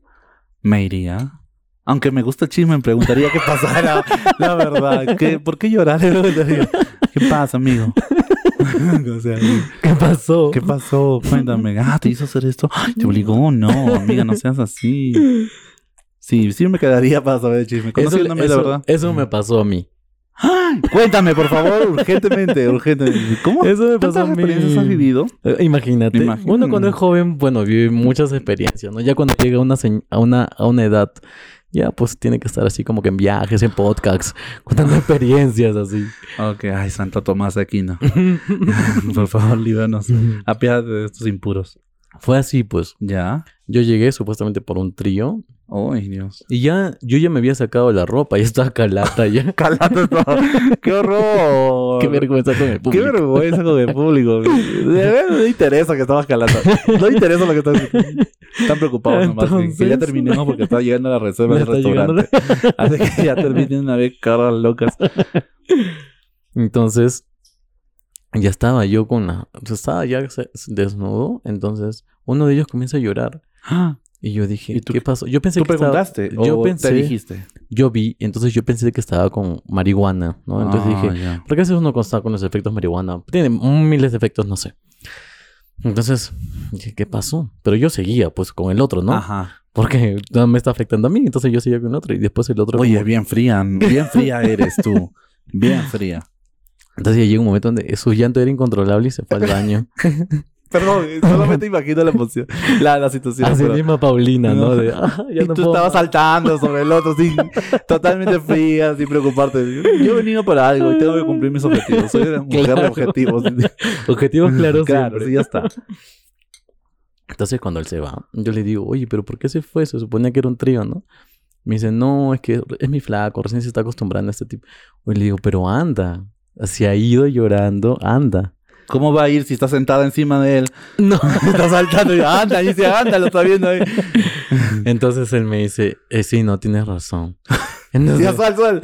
me iría. Aunque me gusta el chisme, me preguntaría qué pasara. la verdad, ¿qué, ¿por qué llorar? ¿Qué pasa, amigo? o sea,
¿Qué pasó?
¿qué pasó? Cuéntame. Ah, ¿te hizo hacer esto? Ay, ¿Te obligó? No, amiga, no seas así. Sí, sí me quedaría para saber el chisme.
eso,
Conociéndome,
eso-
la verdad.
eso me pasó a mí.
¡Ay! Cuéntame, por favor, urgentemente, urgentemente. ¿Cómo?
Eso me pasó a
¿Cuántas
mí.
Uh, experiencias has vivido?
Eh, Imagínate.
Me imagino.
Uno cuando es joven, bueno, vive muchas experiencias, ¿no? Ya cuando llega a una, señ- a una, a una edad, ya pues tiene que estar así como que en viajes, en podcasts, contando experiencias así.
Ok, ay, Santo Tomás de Aquino. Por favor, líbranos. Apiádate de estos impuros.
Fue así, pues.
Ya.
Yo llegué supuestamente por un trío
Ay, Dios.
y ya yo ya me había sacado la ropa, ya estaba calata ya.
Calando todo. ¡Qué horror!
Qué vergüenza con el
Qué
público.
vergüenza con el público. De verdad, no interesa que estabas calando. No interesa lo que estás diciendo. Están preocupados nomás. que- Que, ya
Entonces-
terminemos porque está llegando la reserva
Me
del
está llegando
restaurante. Así que ya terminen una vez caras locas.
Entonces, ya estaba yo con la... o sea, estaba ya se- se desnudo, entonces uno de ellos comienza a llorar.
Ah,
Y yo dije,
¿Y tú
¿qué pasó? Yo pensé
¿Tú
que estaba-
preguntaste?
yo
o
pensé,
Te dijiste.
yo vi, entonces yo pensé que estaba con marihuana, ¿no? Entonces
Ah,
dije,
ya.
¿por qué hace uno consta con los efectos marihuana? Tiene miles de efectos, no sé. Entonces dije, ¿qué pasó? Pero yo seguía, pues, con el otro, ¿no?
Ajá.
Porque no me está afectando a mí, entonces yo seguía con el otro y después el otro...
Oye,
como-
bien fría, bien fría eres tú. Bien fría.
Entonces ya llegó un momento donde su llanto era incontrolable y se fue al baño.
Perdón, solamente imagino la emoción, la, la situación.
Así
pero-
misma Paulina, ¿no?
No.
De, "Ah, ya
y
no
tú
puedo
estabas saltando sobre el otro, sin, totalmente fría, sin preocuparte. Yo he venido para algo y tengo que cumplir mis objetivos. Soy una mujer de
Claro.
objetivos.
Objetivos claros
claro,
siempre.
sí, ya está.
Entonces cuando él se va, yo le digo, oye, pero ¿por qué se fue? Se suponía que era un trío, ¿no? Me dice, no, es que es mi flaco, recién se está acostumbrando a este tipo. Y le digo, pero anda, se ha ido llorando, anda.
¿Cómo va a ir si está sentada encima de él?
No.
Está saltando y anda, y dice, anda, lo está viendo ahí.
Entonces él me dice, "Eh, sí, no, tienes razón.
Ya
Entonces,
sal, sal.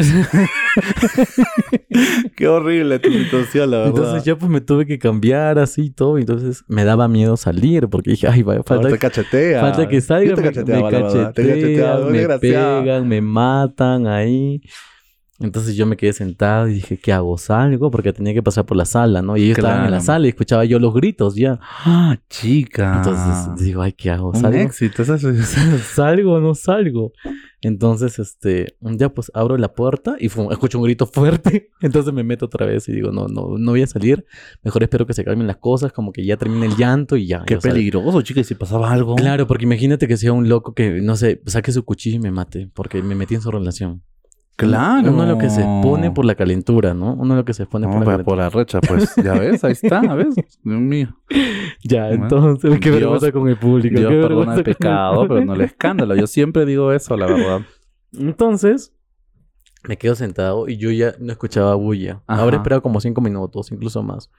Qué horrible tu situación, la verdad.
entonces yo pues me tuve que cambiar así y todo, y entonces me daba miedo salir porque dije, ay, vaya,
Ahora
falta,
te cachetea.
falta que salga,
Yo te
me,
cacheteaba, la
me
verdad. Te
cachetean,
cacheteaba,
me
desgraciado.
pegan, me matan ahí. Entonces yo me quedé sentado y dije, ¿qué hago? ¿Salgo? Porque tenía que pasar por la sala, ¿no? Y ellos estaban en la
Claro.
sala y escuchaba yo los gritos ya.
Ah, chica.
Entonces digo, ay, ¿qué hago?
Ah. un
¿Salgo?
éxito. Eso es...
¿Salgo o no salgo? Entonces, este, ya pues abro la puerta y fu- escucho un grito fuerte. Entonces me meto otra vez y digo, no, no, no voy a salir. Mejor espero que se calmen las cosas, como que ya termine el llanto y ya.
Qué
yo salgo".
peligroso, chica. Y si pasaba algo.
Claro, porque imagínate que sea un loco que, no sé, saque su cuchillo y me mate, porque me metí en su relación.
Claro.
Uno lo que se pone por la calentura, ¿no? Uno lo que se pone
No,
por la
pero
calentura.
por la recha, pues. Ya ves, ahí está, ¿ves? Dios mío.
Ya,
Bueno,
entonces, qué
Dios-
vergüenza con el público.
Dios
qué
perdona
vergüenza
el
con
pecado, pero no el escándalo. Yo siempre digo eso, la verdad.
Entonces, me quedo sentado y yo ya no escuchaba bulla.
Ajá.
Habré esperado como cinco minutos, incluso más.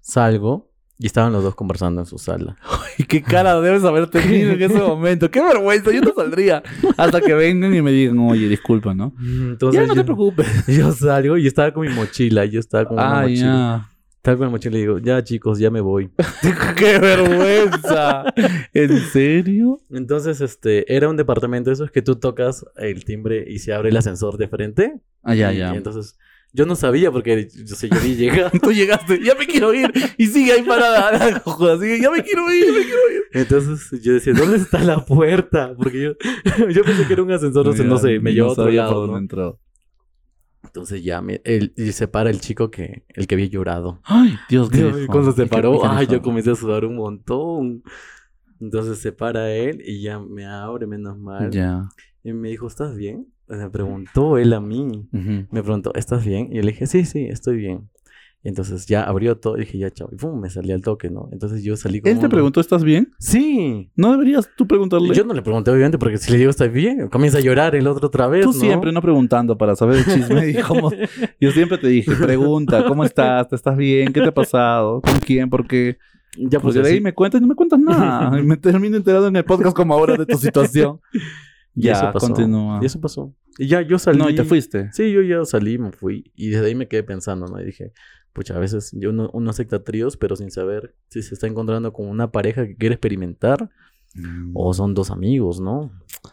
Salgo y estaban los dos conversando en su sala.
¿Y qué cara debes haber tenido en ese momento? ¡Qué vergüenza! Yo no saldría. Hasta que vengan y me digan, oye, disculpa, ¿no?
Entonces,
Mm, ya, no
yo,
te preocupes.
yo salgo y estaba con mi mochila. Yo estaba con una
Ah,
mochila.
ya.
Estaba con la mochila y digo, ya chicos, ya me voy.
¡Qué vergüenza! ¿En serio?
Entonces, este, era un departamento de esos que tú tocas el timbre y se abre el ascensor de frente.
Ah, ya,
Y-
ya.
y entonces, yo no sabía porque yo sé, yo vi llegar.
Tú llegaste, ya me quiero ir. Y sigue ahí parada. Joder, sigue, ya me quiero ir, me quiero ir.
Entonces, yo decía, ¿dónde está la puerta? Porque yo, yo pensé que era un ascensor, no sé, no sé, me llevó a otro
sabía
lado,
por dónde
¿no?
entró.
Entonces ya me, él, y se para el chico que, el que había llorado.
Ay, Dios
Yo-
mío.
cuando se paró, ay, yo comencé a sudar un montón. Entonces se para él y ya me abre, menos mal.
Ya.
Y me dijo, ¿estás bien? Me preguntó él a mí.
Ujú.
Me preguntó, ¿estás bien? Y yo le dije, sí, sí, estoy bien. Y entonces ya abrió todo y dije, ya, chao. Y pum, me salí al toque, ¿no? Entonces yo salí como...
Él te
un-
preguntó, ¿estás bien?
Sí.
No deberías tú preguntarle.
Yo no le pregunté, obviamente, porque si le digo, ¿estás bien? Comienza a llorar el otro otra vez,
Tú
¿no?
siempre no preguntando para saber el chisme y cómo... Yo siempre te dije, pregunta, ¿cómo estás? ¿Te estás bien? ¿Qué te ha pasado? ¿Con quién? ¿Por qué?
Ya, pues,
Porque de ahí
así-
me cuentas y no me cuentas nada. Y me termino enterado en el podcast como ahora de tu situación.
y
Ya,
eso pasó.
continúa.
Y eso pasó. Y ya, yo salí.
No, y te fuiste.
Sí, yo ya salí, me fui. Y desde ahí me quedé pensando, ¿no? Y dije, pucha, a veces yo no, uno acepta tríos, pero sin saber si se está encontrando con una pareja que quiere experimentar o son dos amigos, ¿no?
Oh,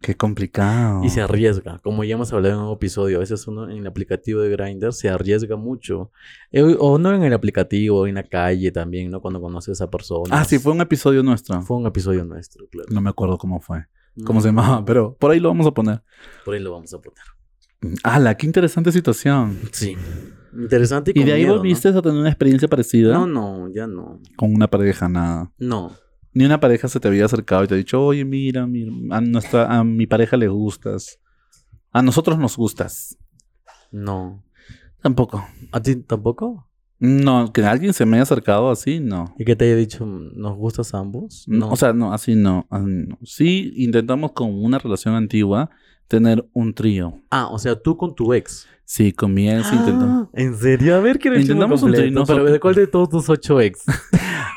Qué complicado.
Y se arriesga, como ya hemos hablado en un episodio, a veces uno en el aplicativo de Grindr se arriesga mucho. Eh, O no en el aplicativo, en la calle también, ¿no? Cuando conoces a personas.
Ah, sí, fue un episodio nuestro.
Fue un episodio nuestro, claro.
No me acuerdo cómo fue, cómo se llamaba, pero por ahí lo vamos a poner.
Por ahí lo vamos a poner.
¡Hala! ¡Qué interesante situación!
Sí. Interesante y
Y
con
de ahí
miedo,
volviste a tener una experiencia parecida
¿no? No, no, ya no.
con una pareja, nada.
No.
Ni una pareja se te había acercado y te ha dicho, oye, mira, mira, a, nuestra, a mi pareja le gustas. A nosotros nos gustas.
No.
Tampoco.
¿A ti tampoco?
No, que alguien se me haya acercado así, no.
¿Y que te haya dicho, nos gustas a ambos?
No, Mm, O sea, no, así no, así no. Sí intentamos con una relación antigua tener un trío.
ah, o sea, tú con tu ex.
Sí, con mi ex intentamos.
Ah, ¿En serio? A ver, quiero
Intentamos un trino,
Pero
so-
¿de cuál de todos tus ocho ex?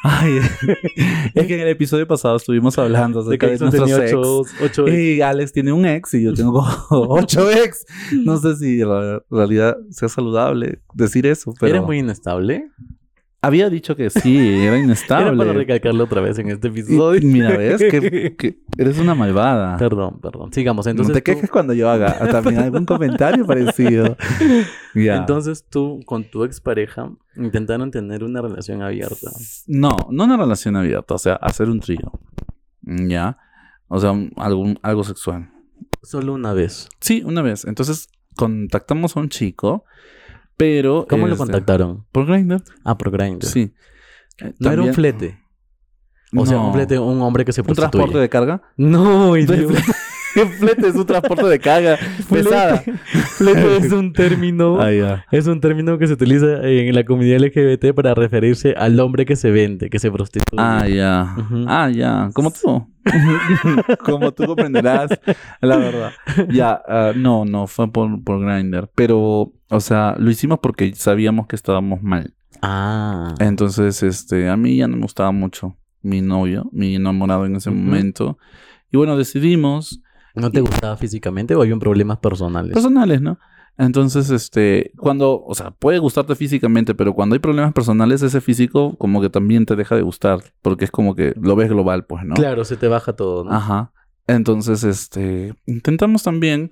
Ay, es que en el episodio pasado estuvimos hablando
De
acerca
que
de,
Edson
nuestros
tenía
ex. Eh,
ocho, ocho ex.
Y Alex tiene un ex y yo tengo ocho ex. No sé si en realidad sea saludable decir eso, pero
¿Eres muy inestable?
Había dicho que sí, era inestable.
Era para recalcarlo otra vez en este
Y-
episodio.
Mira, ves que, que eres una malvada.
Perdón, perdón. Sigamos. Entonces,
no te
tú-
quejes cuando yo haga también algún comentario parecido. Ya.
entonces tú con tu expareja intentaron tener una relación abierta.
No, no una relación abierta, o sea, hacer un trío. Ya. O sea, un- algún, algo sexual.
Solo una vez.
Sí, una vez. Entonces contactamos a un chico, pero.
¿Cómo lo
este,
contactaron?
Por Grindr.
Ah, por Grindr.
Sí. Eh,
No era
también-
un flete. O sea, un
No.
flete, un hombre que se
¿Un
prostituye.
transporte de carga?
No, idiota.
Un flete es un transporte de carga pesada.
Flete, flete es un término.
Ah, ya.
Es un término que se utiliza en la comunidad LGBT para referirse al hombre que se vende, que se prostituye.
Ah, ya.
Ujú.
Ah, ya. Como tú. Como tú comprenderás, la verdad. Ya, ah, no, no, fue por, por Grindr. Pero, o sea, lo hicimos porque sabíamos que estábamos mal.
Ah.
Entonces, este, a mí ya no me gustaba mucho mi novio, mi enamorado en ese
Ujú.
momento. Y bueno, decidimos,
¿No te gustaba físicamente o habían problemas personales?
personales, Pues, ¿no? Entonces, este, cuando, o sea, puede gustarte físicamente, pero cuando hay problemas personales, ese físico como que también te deja de gustar, porque es como que lo ves global, pues, ¿no?
Claro, se te baja todo, ¿no?
Ajá. Entonces, este, intentamos también,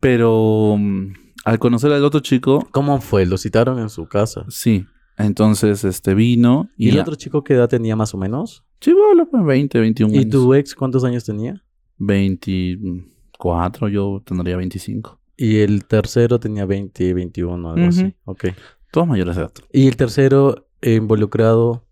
pero mm, al conocer al otro chico,
¿Cómo fue? ¿Lo citaron en su casa?
sí. Entonces, este, vino
¿Y
y,
el
la-
otro chico qué edad tenía más o menos?
Chibolo, pues 20, 21
¿Y
años.
tu ex cuántos años tenía?
24, yo tendría 25.
Y el tercero tenía 20, 21, algo así.
Ujú.
Ok.
Todos mayores de edad.
Y el tercero eh, involucrado,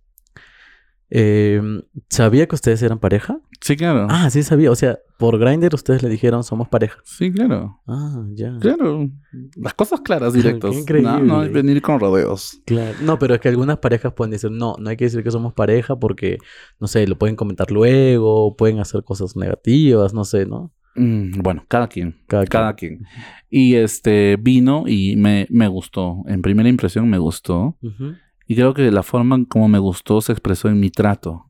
eh, ¿sabía que ustedes eran pareja?
Sí, claro.
Ah, sí sabía. O sea, por Grindr ustedes le dijeron somos pareja.
Sí, claro.
Ah, ya.
Claro. Las cosas claras, directas.
Qué increíble.
No, no hay venir con rodeos.
Claro. No, pero es que algunas parejas pueden decir, no, no hay que decir que somos pareja porque, no sé, lo pueden comentar luego, pueden hacer cosas negativas, no sé, ¿no?
Mm, bueno, cada quien.
Cada,
Cada quien. Y este vino y me, me gustó. En primera impresión me gustó.
quien. Ujú.
Y creo que la forma en como me gustó se expresó en mi trato.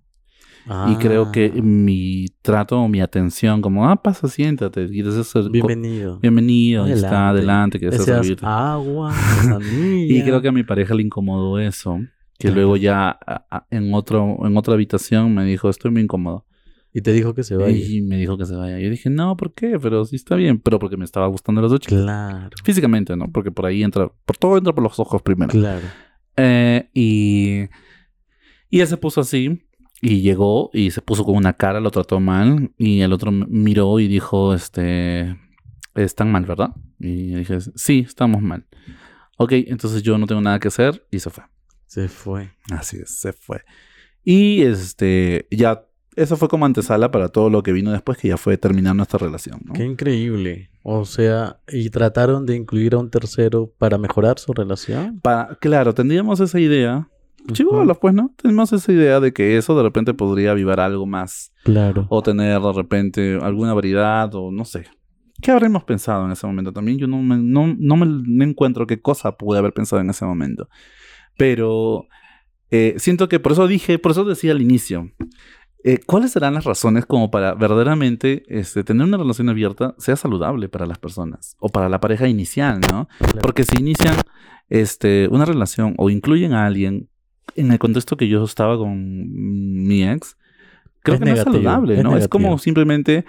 Y creo que
Ah,
mi trato o mi atención, como, ah, pasa, siéntate. Y entonces, co-
Bienvenido.
bienvenido, ahí está,
Adelante.
adelante, que deseas
Deseas
servirte.
agua, manzanilla.
Y creo que a mi pareja le incomodó eso. Que
Claro.
luego ya a- a- en, otro, en otra habitación me dijo, estoy muy incómodo.
Y te dijo que se vaya.
Y me dijo que se vaya. Yo dije, no, ¿por qué? Pero sí está bien. Pero porque me estaba gustando los dos chicos.
Claro,
Físicamente, ¿no? Porque por ahí entra, por todo entra por los ojos primero.
claro.
Eh, y, y él se puso así y llegó y se puso con una cara, lo trató mal y el otro m- miró y dijo, este, están mal, ¿verdad? Y yo dije, sí, estamos mal. Ok, entonces yo no tengo nada que hacer y se fue.
Se fue.
Así es, se fue. Y este, ya, eso fue como antesala para todo lo que vino después, que ya fue terminar nuestra relación, ¿no?
Qué increíble. O sea, y trataron de incluir a un tercero para mejorar su relación.
Para, claro, tendríamos esa idea.
Ujú.
Chivolos, pues, ¿no? Tenemos esa idea de que eso de repente podría avivar algo más.
Claro.
o tener de repente alguna variedad o no sé. ¿Qué habremos pensado en ese momento? También yo no me, no, no me no encuentro qué cosa pude haber pensado en ese momento. Pero eh, siento que por eso dije, por eso decía al inicio, eh, ¿cuáles serán las razones como para verdaderamente este, tener una relación abierta sea saludable para las personas o para la pareja inicial, ¿no?
Claro.
Porque si inician este, una relación o incluyen a alguien en el contexto que yo estaba con mi ex, creo
Es
que no
negativo,
es saludable,
es
¿no? Es como
negativo.
simplemente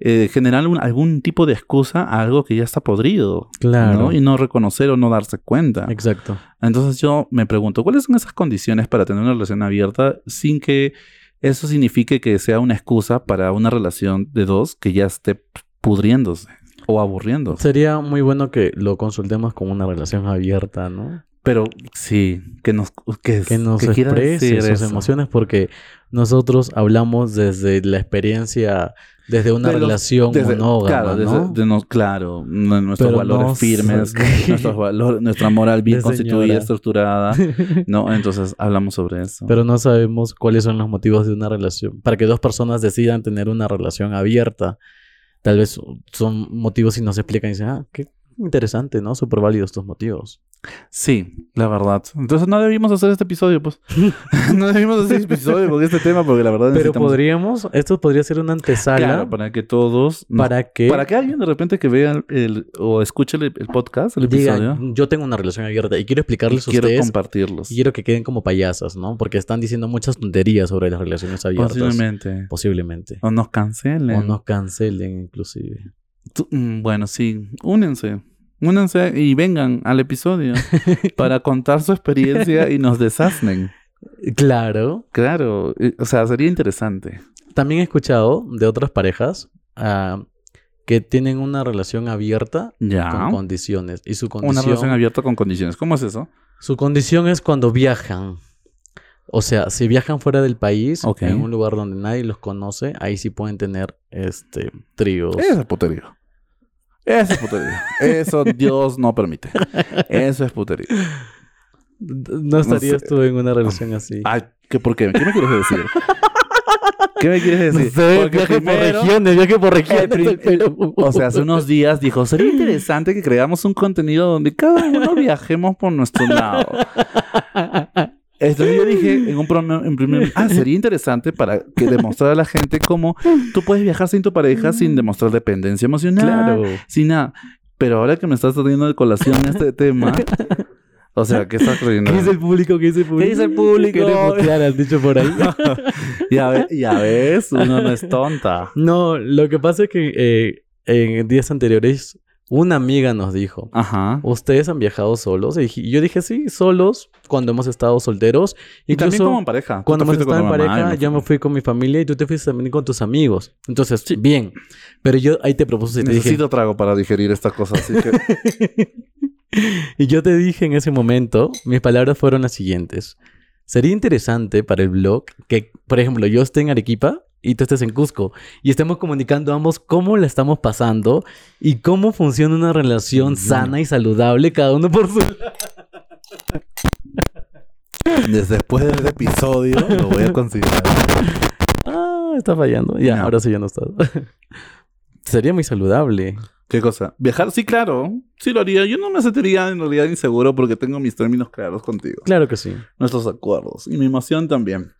eh, generar un- algún tipo de excusa a algo que ya está podrido,
Claro.
¿no? Y no reconocer o no darse cuenta.
Exacto.
Entonces yo me pregunto, ¿cuáles son esas condiciones para tener una relación abierta sin que eso signifique que sea una excusa para una relación de dos que ya esté pudriéndose o aburriéndose?
Sería muy bueno que lo consultemos con una relación abierta, ¿no?
Pero sí, que nos que,
Que nos
quiera
exprese
decir
sus
eso.
emociones porque nosotros hablamos desde la experiencia, desde una
De los-
relación
desde-
monógama,
claro, desde-
¿no?
de nos- claro, n- nuestros
Pero
valores
no
firmes,
sé.
nuestros valores- nuestra moral bien
De
constituida,
señora.
estructurada. No, entonces hablamos sobre eso.
Pero no sabemos cuáles son los motivos de una relación. Para que dos personas decidan tener una relación abierta, tal vez son motivos y no se explican y dicen, ah, qué interesante, ¿no? Súper válidos estos motivos.
Sí, la verdad. Entonces no debimos hacer este episodio, pues. no debimos hacer este episodio con este tema porque la verdad
Pero
necesitamos-
podríamos, esto podría ser una antesala
Claro, para que todos...
para que
Para que alguien de repente que vea el, el- o escuche el, el podcast, el
diga,
episodio,
yo tengo una relación abierta y quiero
y
explicarles a
quiero
ustedes
compartirlos.
y quiero que queden como payasas, ¿no? Porque están diciendo muchas tonterías sobre las relaciones abiertas.
Posiblemente.
Posiblemente.
O nos cancelen.
O nos cancelen inclusive.
Tú- mm, bueno, sí, únense. Únense y vengan al episodio para contar su experiencia y nos desasnen.
Claro.
Claro, eh, o sea, sería interesante.
También he escuchado de otras parejas ah, que tienen una relación abierta
Ya.
con condiciones. Y su condición,
Una relación abierta con condiciones. ¿Cómo es eso?
su condición es cuando viajan. O sea, si viajan fuera del país,
Ok.
en un lugar donde nadie los conoce, ahí sí pueden tener este tríos.
Eso es puterío. Eso es puterío. Eso Dios no permite. Eso es puterío.
No estarías tú en una relación así.
Ay, ¿qué, ¿por qué? ¿Qué me quieres decir? ¿Qué me quieres decir? Porque primero-
regiones, viaje por
el prim- O sea, hace unos días dijo, sería interesante que creamos un contenido donde cada uno viajemos por nuestro lado. Entonces yo dije en un promo- en primer, ah, sería interesante para que demostrar a la gente cómo tú puedes viajar sin tu pareja sin demostrar dependencia emocional,
Claro.
sin nada. Pero ahora que me estás trayendo de colación este tema, o sea, ¿qué estás creyendo?
¿Qué dice el público? ¿Qué dice el público?
dice el público?
Queremos claro, han dicho por ahí.
Ya, ve- ya ves, uno no es tonta.
No, lo que pasa es que eh, en días anteriores una amiga nos dijo,
Ajá.
¿ustedes han viajado solos? Y dije- y yo dije, sí, solos, cuando hemos estado solteros.
Y también
Incluso
como en pareja. Tú
cuando
te
hemos
fuiste
estado
con
en
tu mamá,
pareja, yo me fui con mi familia y tú te fuiste también con tus amigos. Entonces, bien. Pero yo ahí te propuse y te
Necesito trago para digerir estas cosas, así que...
dije... y yo te dije en ese momento, mis palabras fueron las siguientes. Sería interesante para el blog que, por ejemplo, yo esté en Arequipa y tú estés en Cusco y estemos comunicando ambos cómo la estamos pasando y cómo funciona una relación sana y saludable cada uno por su lado.
Desde después del episodio lo voy a considerar.
Ah, está fallando. Ya,
No.
ahora sí ya no está. Sería muy saludable.
¿Qué cosa? Viajar, sí, claro. Sí lo haría. Yo no me sentiría en realidad inseguro porque tengo mis términos claros contigo.
Claro que sí.
Nuestros acuerdos. Y mi emoción también.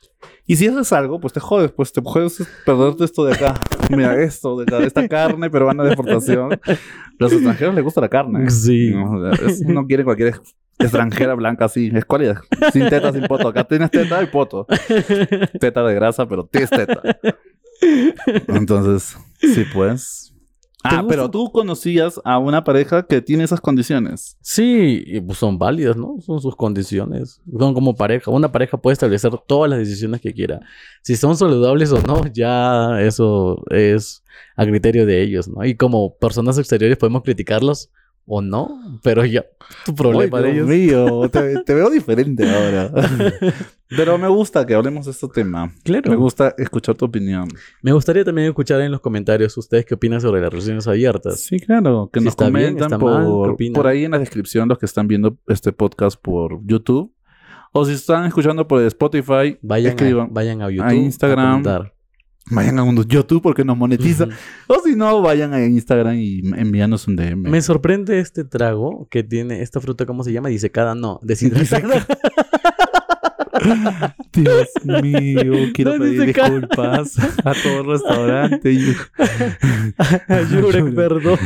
Y si haces algo, pues te jodes. Pues te jodes perderte esto de acá. Mira, esto de acá. Esta carne peruana de exportación. Los extranjeros les gusta la carne. ¿eh?
Sí.
No, o sea, es- no quiere cualquier ex- extranjera blanca así. Es cualidad. Sin teta, sin poto. Acá tienes teta y poto. Teta de grasa, pero te es teta. Entonces, sí, pues. Ah,
gusta?
pero tú conocías a una pareja que tiene esas condiciones.
Sí, y, pues, son válidas, ¿no? Son sus condiciones. Son como pareja. Una pareja puede establecer todas las decisiones que quiera. Si son saludables o no, ya eso es a criterio de ellos, ¿no? Y como personas exteriores podemos criticarlos o no, pero ya, tu problema
Uy,
de ellos.
Dios mío, te, te veo diferente ahora. Pero me gusta que hablemos de este tema.
Claro.
Me gusta escuchar tu opinión.
Me gustaría también escuchar en los comentarios ustedes qué opinan sobre las relaciones abiertas.
Sí, claro. Que
Si
nos
está bien,
comentan
está mal, ¿qué
por,
opinan?
por ahí en la descripción los que están viendo este podcast por YouTube. O si están escuchando por Spotify,
Vayan, a,
escriban.
vayan a YouTube.
Instagram.
comentar.
Vayan a un- YouTube porque nos monetiza.
Ujú.
O si no, vayan a Instagram y envíanos un DM.
Me sorprende este trago que tiene esta fruta, ¿cómo se llama? Disecada, no, deshidratada.
Dios mío, quiero
No,
pedir
dice cara.
disculpas a todo el restaurante. Y...
Ayure, perdón.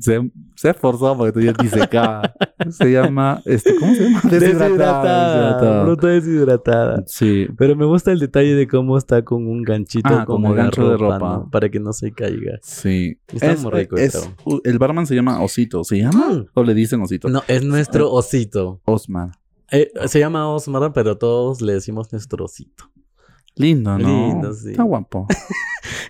Se, se ha esforzado porque estoy disecada. Se llama, este, ¿cómo se llama?
Deshidratada.
Deshidratada.
Fruta deshidratada.
Sí,
Pero me gusta el detalle de cómo está con un ganchito
Ah,
como,
como
la
gancho de ropa.
¿no? para que no se caiga.
sí.
Está muy rico el
es-
trago.
u- el barman se llama Osito. ¿Se llama?
Mm.
¿O le dicen Osito?
No, es nuestro
Ah.
osito.
Osman.
Eh, se llama Osmar, pero todos le decimos nuestro osito.
Lindo, ¿no?
Lindo, sí.
Está guapo.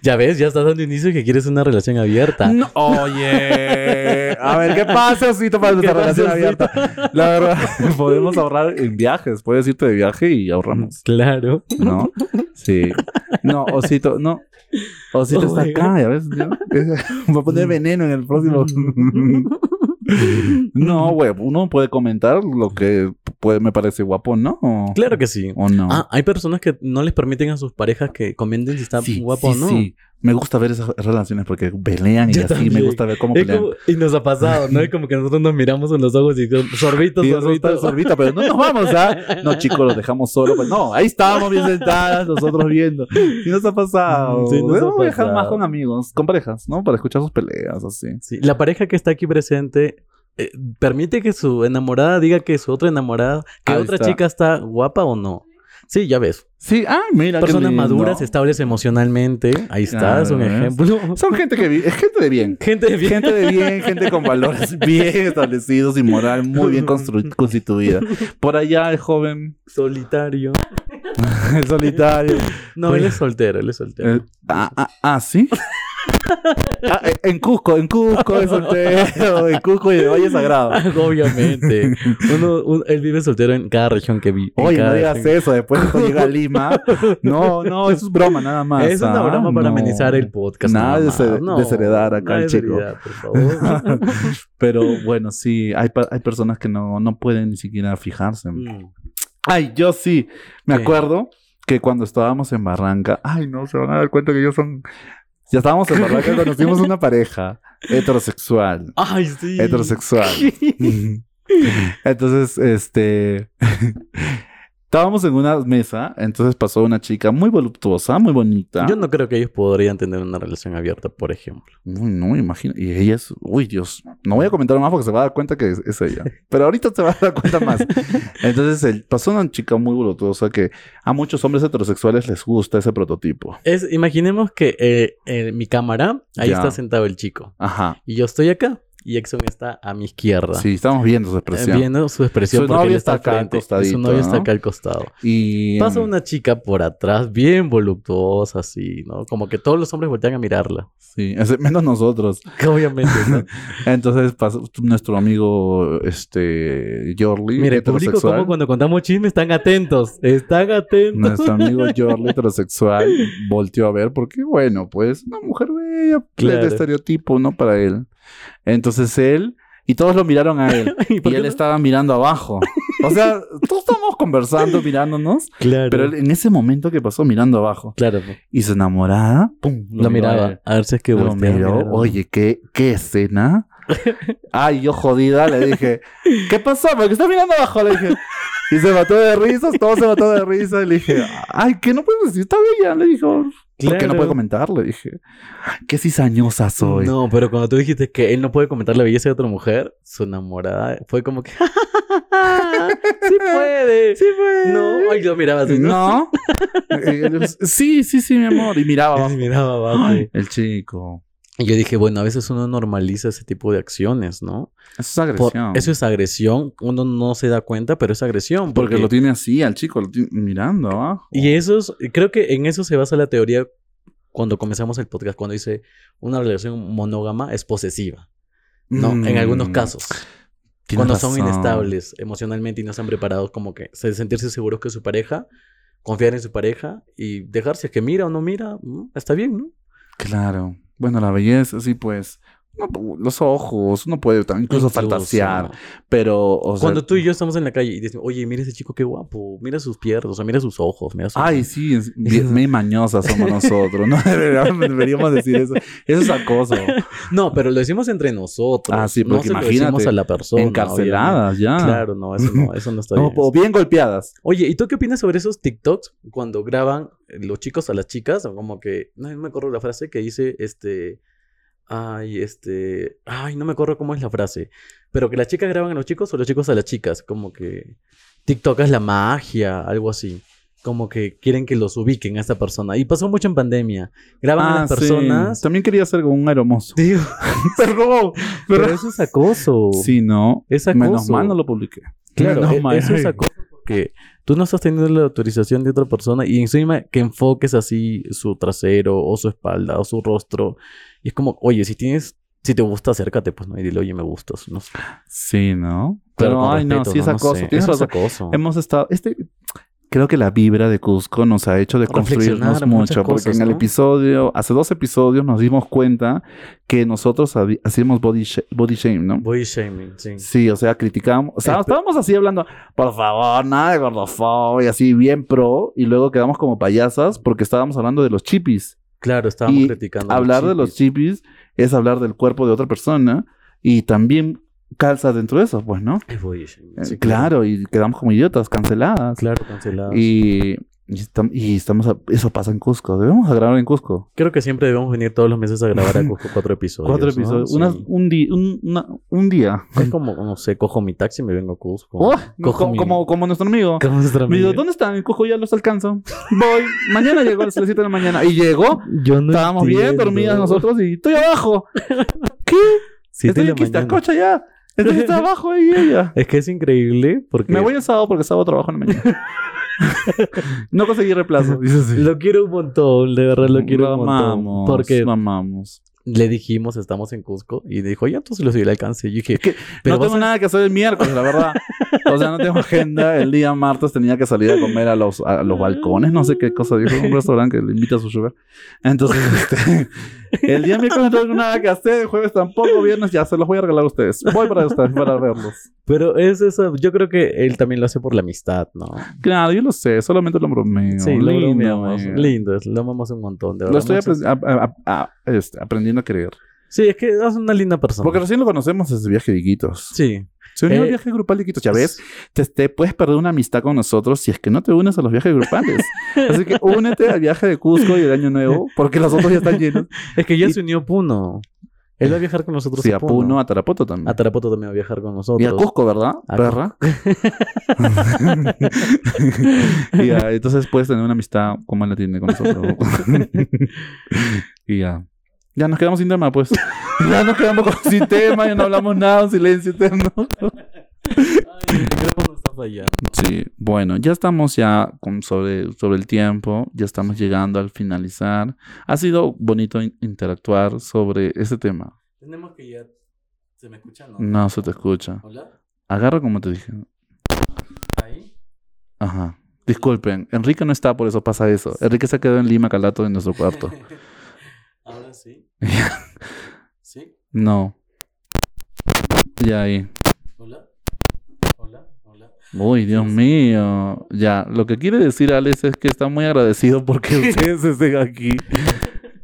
Ya ves, ya estás dando inicio que quieres una relación abierta.
No, oye, a ver, ¿qué pasa, Osito, para
¿Qué
nuestra
pasa,
relación abierta? La verdad, podemos ahorrar en viajes, puedes irte de viaje y ahorramos,
Claro.
¿no? Sí. No, Osito, no. Osito está
Oye.
acá, ya ves. ¿no? Va a poner veneno en el próximo. No, güey, uno puede comentar lo que puede, me parece guapón, ¿no? O,
Claro que sí.
o no.
Ah, hay personas que no les permiten a sus parejas que comenten si está
Sí,
guapo o
sí,
no.
sí. Me gusta ver esas relaciones porque pelean y
Yo
así. Me
también.
gusta ver cómo
Es
pelean.
como- y nos ha pasado, ¿no? Es como que nosotros nos miramos en los ojos y sorbitos,
Sí,
sorbitos.
sorbita, sorbita, pero no nos vamos, ¿ah? No, chicos, los dejamos solos. Pues, no, ahí estábamos bien sentadas, nosotros viendo. Si nos ha pasado.
Mm, sí, nos ha
Debemos viajar
pasado.
más con amigos, con parejas, ¿no? Para escuchar sus peleas, así.
Sí, La pareja que está aquí presente eh, permite que su enamorada diga que su otra enamorada, que
Ahí
otra
está.
chica está guapa o no. Sí, ya ves.
Sí, ah, mira. qué
Personas
lindo.
maduras, estables emocionalmente. Ahí está,
Claro,
es un
¿ves?
ejemplo.
Son gente que vi- es gente de bien.
Gente de bien.
Gente de bien, gente con valores bien establecidos y moral muy bien constru- constituida. Por allá el joven,
Solitario.
el solitario.
No, él es soltero, él es soltero.
El- ah, ah, ah, ¿sí? Ah, eh, en Cusco, en Cusco es soltero, en Cusco y de Valle Sagrado.
Obviamente. Uno, un- él vive soltero en cada región que vive.
Oye, no digas eso, después cuando llega a Lima. No, no, eso es broma nada más.
Es una
ah,
broma para
no.
amenizar el podcast.
Nada de
más.
se- desheredar acá
nada
el
de
chico.
seriedad, por favor.
Pero bueno, sí, hay, pa- hay personas que no, no pueden ni siquiera fijarse.
Mm.
Ay, yo sí, me
¿Qué?
acuerdo que cuando estábamos en Barranca, ay, no, se van a dar cuenta que ellos son... Ya estábamos en Barranca, conocimos una pareja heterosexual.
Ay, sí.
Heterosexual. Entonces, este. Estábamos en una mesa, entonces pasó una chica muy voluptuosa, muy bonita.
Yo no creo que ellos podrían tener una relación abierta, por ejemplo.
Uy, no, imagino. Y ella es. Uy, Dios. No voy a comentar más porque se va a dar cuenta que es, es ella. Pero ahorita se va a dar cuenta más. Entonces, el- pasó una chica muy voluptuosa que a muchos hombres heterosexuales les gusta ese prototipo.
Es, imaginemos que eh, en mi cámara, ahí
Ya.
está sentado el chico.
Ajá.
Y yo estoy acá. Y Exxon está a mi izquierda.
Sí, estamos viendo su
Eh,
expresión.
Viendo su expresión
Su
porque él
novio
está,
está acá al
al frente.
costadito,
Su novio está
¿no?
acá al costado.
Y.
Pasa una chica por atrás, bien voluptuosa, así, ¿no? Como que todos los hombres voltean a mirarla.
Sí, es- menos nosotros.
Que obviamente, ¿no?
Entonces pasó nuestro amigo este Jorli,
Mire, el público,
heterosexual.
como cuando contamos chismes, están atentos. Están atentos.
Nuestro amigo Jorli heterosexual volteó a ver porque bueno, pues una mujer bella,
Claro.
de estereotipo, ¿no? Para él. Entonces él y todos lo miraron a él
¿Y
y
por qué
él
no?
estaba mirando abajo. O sea, todos estábamos conversando, mirándonos,
Claro.
pero él en ese momento que pasó mirando abajo
Claro. pues.
y su enamorada, pum,
Lo,
miró a él.
miraba. A ver si es que
Lo
voltea a
miró,
mirar.
oye, ¿qué, qué escena. Ay, yo jodida, le dije, ¿qué pasó? ¿Por qué estás mirando abajo? Le dije. Y se mató de risas, todo se mató de risas. Le dije, ay, ¿qué no puedo decir? Está bella. Le dije, ¿por qué no
Claro.
puedo comentar? Le dije, qué cizañosa soy.
No, pero cuando tú dijiste que él no puede comentar la belleza de otra mujer, su enamorada fue como que. "Ja, ja, ja, ja, ¡Sí puede!
Sí, pues.
No, ay, yo miraba así. ¿no?
No. Eh, le dije, sí, sí, sí, mi amor. Y miraba
Él
abajo.
miraba abajo.
Ay, el chico.
Y yo dije, bueno, a veces uno normaliza ese tipo de acciones, ¿no?
Eso es
Por-
agresión.
eso es agresión. Uno no se da cuenta, pero es agresión.
porque lo tiene así, al chico, lo tiene mirando abajo.
Y eso es- creo que en eso se basa la teoría cuando comenzamos el podcast, cuando dice una relación monógama es posesiva, ¿no? En
Mm.
algunos casos.
Tienes
cuando son
razón.
inestables emocionalmente y no están preparados como que se- sentirse seguros que su pareja, confiar en su pareja y dejarse que mira o no mira, mm, está bien, ¿no?
Claro. Bueno, la belleza, sí, pues. no, los ojos, uno puede también incluso fantasear. Pero, o sea. mm.
Cuando tú y yo estamos en la calle y decimos, oye, mira ese chico qué guapo, mira sus piernas, o sea, mira sus ojos, mira sus...
Ay, sí, es- bien, bien mañosas somos nosotros, ¿no? Deberíamos deberíamos decir eso. Eso es acoso.
No, pero lo decimos entre nosotros.
Ah, sí, porque
no se lo decimos
imagínate,
a la persona.
Encarceladas, ya.
obviamente. Claro, no, eso no, eso no está
Ah. No,
bien.
o bien golpeadas.
Oye, ¿y tú qué opinas sobre esos TikToks cuando graban eh, los chicos a las chicas? O Como que, no, no me acuerdo la frase que dice, este, ay, este, ay, no me acuerdo cómo es la frase, pero que las chicas graban a los chicos o los chicos a las chicas, como que TikTok es la magia, algo así. Como que quieren que los ubiquen a esta persona. Y pasó mucho en pandemia. Graban a las
Ah, sí.
personas.
También quería hacer con un aeromozo.
Digo,
Perdón.
pero eso es acoso.
Sí, no.
Es acoso.
Menos mal no lo publiqué.
Claro,
Menos
e-
mal.
eso es acoso porque tú no estás teniendo la autorización de otra persona y encima que enfoques así su trasero o su espalda o su rostro. Y es como, oye, si tienes, si te gusta, acércate, pues no, y dile, oye, me gustas. No sé.
Sí, ¿no.
Pero
Pero,
con
ay, no,
respeto,
sí es
no
acoso.
sé.
Tienes
Eso es
razón. Em,
acoso.
Hemos estado. Este. creo que la vibra de Cusco nos ha hecho de construirnos
Reflexionar
mucho,
muchas
porque
cosas,
en el
¿no?
episodio, hace dos episodios nos dimos cuenta que nosotros habi- hacíamos body, sha- body shame, ¿no?
Body shaming, sí.
Sí, o sea, criticamos, o sea,
Este
estábamos así hablando, por favor, nada de gordofobia, así bien pro, y luego quedamos como payasas porque estábamos hablando de los chipis.
Claro, estábamos
Y
criticando. a los
Hablar de los
chipis.
chipis es hablar del cuerpo de otra persona y también calza dentro de eso, pues, ¿no?
Es body shaming.
Eh,
sí,
claro, y quedamos como idiotas, canceladas.
Claro, cancelado.
Y, y estam- y estamos, a- eso pasa en Cusco, debemos a grabar en Cusco.
Creo que siempre debemos venir todos los meses a grabar a Cusco cuatro episodios.
Cuatro
¿no?
episodios,
Sí.
unas- un, di- un- una- un día.
Es como, no sé, cojo mi taxi y me vengo a Cusco.
Oh,
cojo
co-
mi-
como, como nuestro amigo.
Con nuestra
Me dijo,
amiga.
¿dónde están? En Cusco ya los alcanzo. Voy. Mañana llegó a las 7 de la mañana. Y llegó.
Yo no
Estábamos bien
entiendo.
dormidas nosotros y estoy abajo. ¿Qué? estoy
Siete de
en
la mañana.
Quistacocha ya. Entonces está abajo y ella.
Es que es increíble porque
Me voy el sábado porque el sábado trabajo en la mañana. no conseguí reemplazo.
lo quiero un montón, de verdad lo quiero un montón.
amamos.
porque
amamos.
le dijimos, estamos en Cusco, y dijo, ya entonces lo subí al alcance. Y yo dije, pero
no tengo
vas a-
nada que hacer el miércoles, la verdad. O sea, no tengo agenda. El día martes tenía que salir a comer a los, a los balcones, no sé qué cosa. Dijo un restaurante que le invita a su sugar. Entonces, este, el día miércoles no tengo nada que hacer. El jueves tampoco, viernes ya se los voy a regalar a ustedes. Voy para ustedes, para verlos.
pero es eso, yo creo que él también lo hace por la amistad, ¿no?
Claro, yo lo sé, solamente lo bromeo.
sí, lo
Lindo,
bromeamos.
man.
Lindo, es- lo amamos un montón, de verdad.
Lo estoy
Muchas-
apre- a- a- a- a- este, aprendiendo a creer.
Sí, es que es una linda persona.
Porque recién lo conocemos desde el viaje de Iquitos.
Sí.
Se unió al
Eh,
viaje grupal de Iquitos. Ya ves, te, te puedes perder una amistad con nosotros si es que no te unes a los viajes grupales. Así que únete al viaje de Cusco y el Año Nuevo, porque los otros ya están llenos.
Es que ya
Y-
se unió Puno. Él va a viajar con nosotros
Sí, a Puno, a Tarapoto también.
A Tarapoto también va a viajar con nosotros.
y a Cusco, ¿verdad?
A
Perra. y ya, entonces puedes tener una amistad como él la tiene con nosotros. y ya. Ya nos quedamos sin tema, pues. Ya nos quedamos con- sin tema, ya no hablamos nada, un silencio eterno.
Ay, el micrófono está fallando.
Sí, bueno, ya estamos ya con- sobre, sobre el tiempo, ya estamos llegando al finalizar. Ha sido bonito in- interactuar sobre ese tema.
Tenemos que ya. ¿Se me escucha? No.
No se te escucha.
¿Hola?
Agarra como te dije.
¿Ahí?
Ajá. Disculpen, Enrique no está, por eso pasa eso. Enrique se ha quedado en Lima Calato en nuestro cuarto.
Ahora sí. ¿Sí?
No. Ya ahí.
¿Hola? ¿Hola? ¿Hola?
Uy, Dios mío. Ya, lo que quiere decir Alex es que está muy agradecido porque ustedes estén aquí.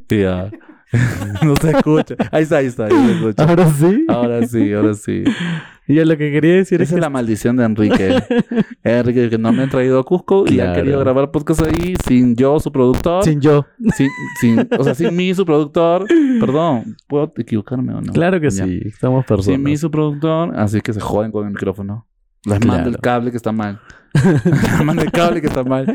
Ya. No se escucha. Ahí está, ahí está, ahí se escucha.
¿Ahora sí?
Ahora sí, ahora sí.
Ya lo que quería decir
Esa
es
es
que.
la maldición de Enrique. Enrique, que no me han traído a Cusco y ha
Claro.
querido grabar podcast ahí sin yo, su productor.
Sin yo.
Sin, sin- o sea, sin mí, su productor. Perdón, ¿puedo equivocarme o no?
Claro que
Ya.
sí. Estamos personas.
Sin mí, su productor. Así que se joden con el micrófono. Les mando el
Claro.
cable que está mal. Les mando el cable que está mal.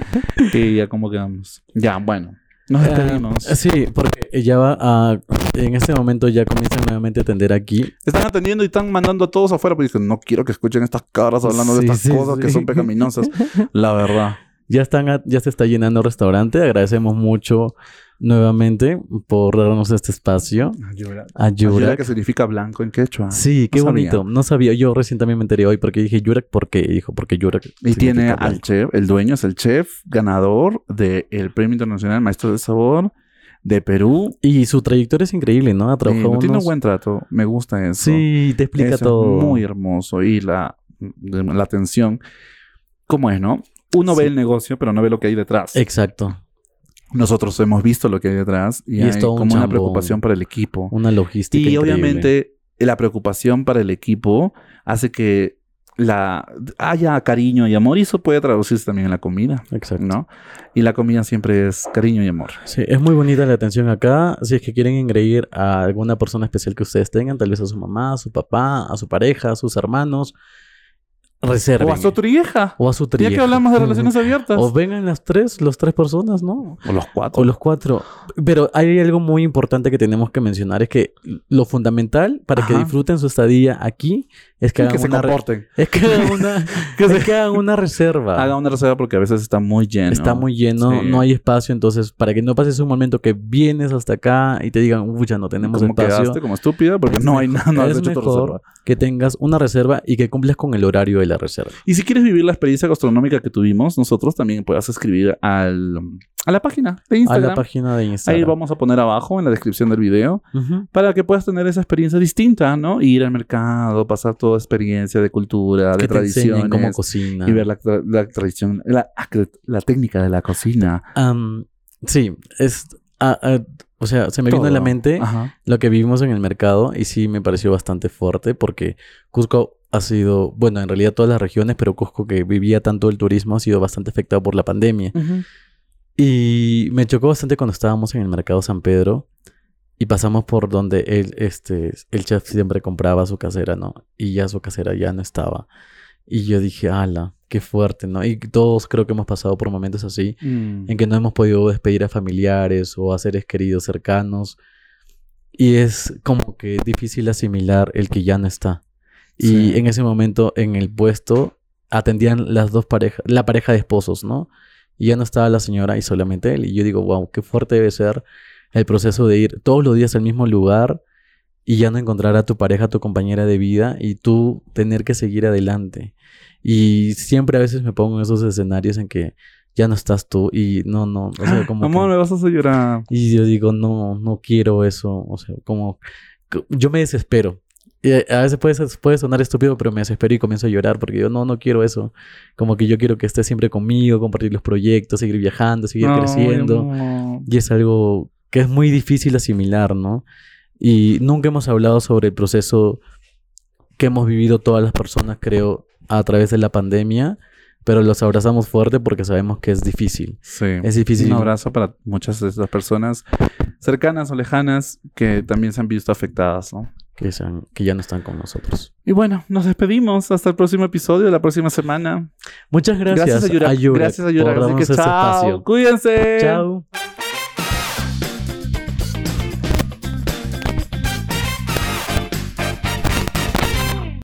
Y ya, ¿cómo quedamos? Ya, bueno. Nos
Ah,
despedimos.
sí, porque ya va a. En este momento ya comienza nuevamente a tender aquí.
Están atendiendo y están mandando a todos afuera porque dicen, no quiero que escuchen estas caras hablando
Sí,
de estas
sí,
cosas que
sí.
son pecaminosas. La verdad.
Ya, están a- ya se está llenando el restaurante. Agradecemos mucho nuevamente por darnos este espacio. A
Yurak,
Yurak.
que significa blanco en quechua.
Sí, qué
No sabía.
bonito. No sabía. Yo recién también me enteré hoy porque dije Yurak. ¿Por qué? Y Dijo, porque Yurak.
Y tiene
significa
al
blanco.
chef, el dueño es el chef ganador del Premio Internacional Maestro del Sabor de Perú.
Y su trayectoria es increíble, ¿no? Ha
Eh,
trabajado
no tiene
unos-
buen trato, me gusta eso.
Sí, te explica
Eso
todo.
Es muy hermoso y la, la atención. ¿Cómo es, no? Uno ve
Sí.
el negocio, pero no ve lo que hay detrás.
Exacto.
Nosotros hemos visto lo que hay detrás y,
Y es
hay
todo un
como una
chambón.
preocupación para el equipo.
Una logística.
Y
increíble.
obviamente eh, la preocupación para el equipo hace que la haya cariño y amor y eso puede traducirse también en la comida,
Exacto.
¿no? Y la comida siempre es cariño y amor.
Sí, es muy bonita la atención acá. Si es que quieren engreír a alguna persona especial que ustedes tengan, tal vez a su mamá, a su papá, a su pareja, a sus hermanos, reserven.
O a Sotrieja.
O a su
Ya que
trieja.
hablamos de relaciones abiertas.
O vengan las tres, las tres personas, ¿no?
O los cuatro.
O los cuatro. Pero hay algo muy importante que tenemos que mencionar, es que lo fundamental para que
Ajá.
disfruten su estadía aquí es que
que,
hagan
se
una re-
comporten.
es que hagan una,
Que se-
es que hagan una reserva.
Haga una reserva porque a veces está muy lleno.
Está muy lleno,
Sí.
no hay espacio, entonces para que no pases un momento que vienes hasta acá y te digan, uy, ya no tenemos
como
espacio.
quedaste como estúpida porque
Es
no hay nada. no has
es
hecho tu
mejor
reserva.
que tengas una reserva y que cumplas con el horario de la reserva.
Y si quieres vivir la experiencia gastronómica que tuvimos, nosotros también puedas escribir al, a la página de Instagram.
A la página de Instagram.
Ahí vamos a poner abajo en la descripción del video
Ujú.
para que puedas tener esa experiencia distinta, ¿no? Ir al mercado, pasar toda experiencia de cultura, de
Que te enseñen
tradiciones
cómo cocina.
y ver la, tra- la tradición, la, la técnica de la cocina.
Am, sí, es... ah, ah, o sea, se me vino a la
Todo.
mente
Ajá.
lo que vivimos en el mercado y sí me pareció bastante fuerte porque Cusco ha sido, bueno, en realidad todas las regiones, pero Cusco que vivía tanto el turismo ha sido bastante afectado por la pandemia. Y me chocó bastante cuando estábamos en el mercado San Pedro y pasamos por donde él, este, el chef siempre compraba su casera, ¿no? Y ya su casera ya no estaba. Y yo dije, ala, qué fuerte, ¿no? Y todos creo que hemos pasado por momentos así
Mm.
en que no hemos podido despedir a familiares o a seres queridos cercanos. Y es como que difícil asimilar el que ya no está. Y
Sí.
en ese momento, en el puesto, atendían las dos parejas, la pareja de esposos, ¿no? Y ya no estaba la señora y solamente él. Y yo digo, wow, qué fuerte debe ser el proceso de ir todos los días al mismo lugar y ya no encontrar a tu pareja, a tu compañera de vida y tú tener que seguir adelante. Y siempre a veces me pongo en esos escenarios en que ya no estás tú y no, no, o sea, como
Ah, Amor,
que-
me vas a hacer llorar.
y yo digo, no, no quiero eso, o sea, como co- yo me desespero. Y a a veces puede, ser- puede sonar estúpido, pero me desespero y comienzo a llorar porque yo no, no quiero eso. Como que yo quiero que estés siempre conmigo, compartir los proyectos, seguir viajando, seguir
Ay,
creciendo.
amor.
Y es algo que es muy difícil asimilar, ¿no? Y nunca hemos hablado sobre el proceso que hemos vivido todas las personas, creo, a través de la pandemia, pero los abrazamos fuerte porque sabemos que es difícil.
Sí.
Es difícil.
Un abrazo para muchas de esas personas cercanas o lejanas que también se han visto afectadas, ¿no?
Que, sean- que ya no están con nosotros.
Y bueno, nos despedimos. Hasta el próximo episodio, la próxima semana.
Muchas gracias,
Gracias, a Yura.
Yura
Gracias, a Yura.
por
Así
darnos
que
este
chao.
espacio.
Cuídense.
Chao.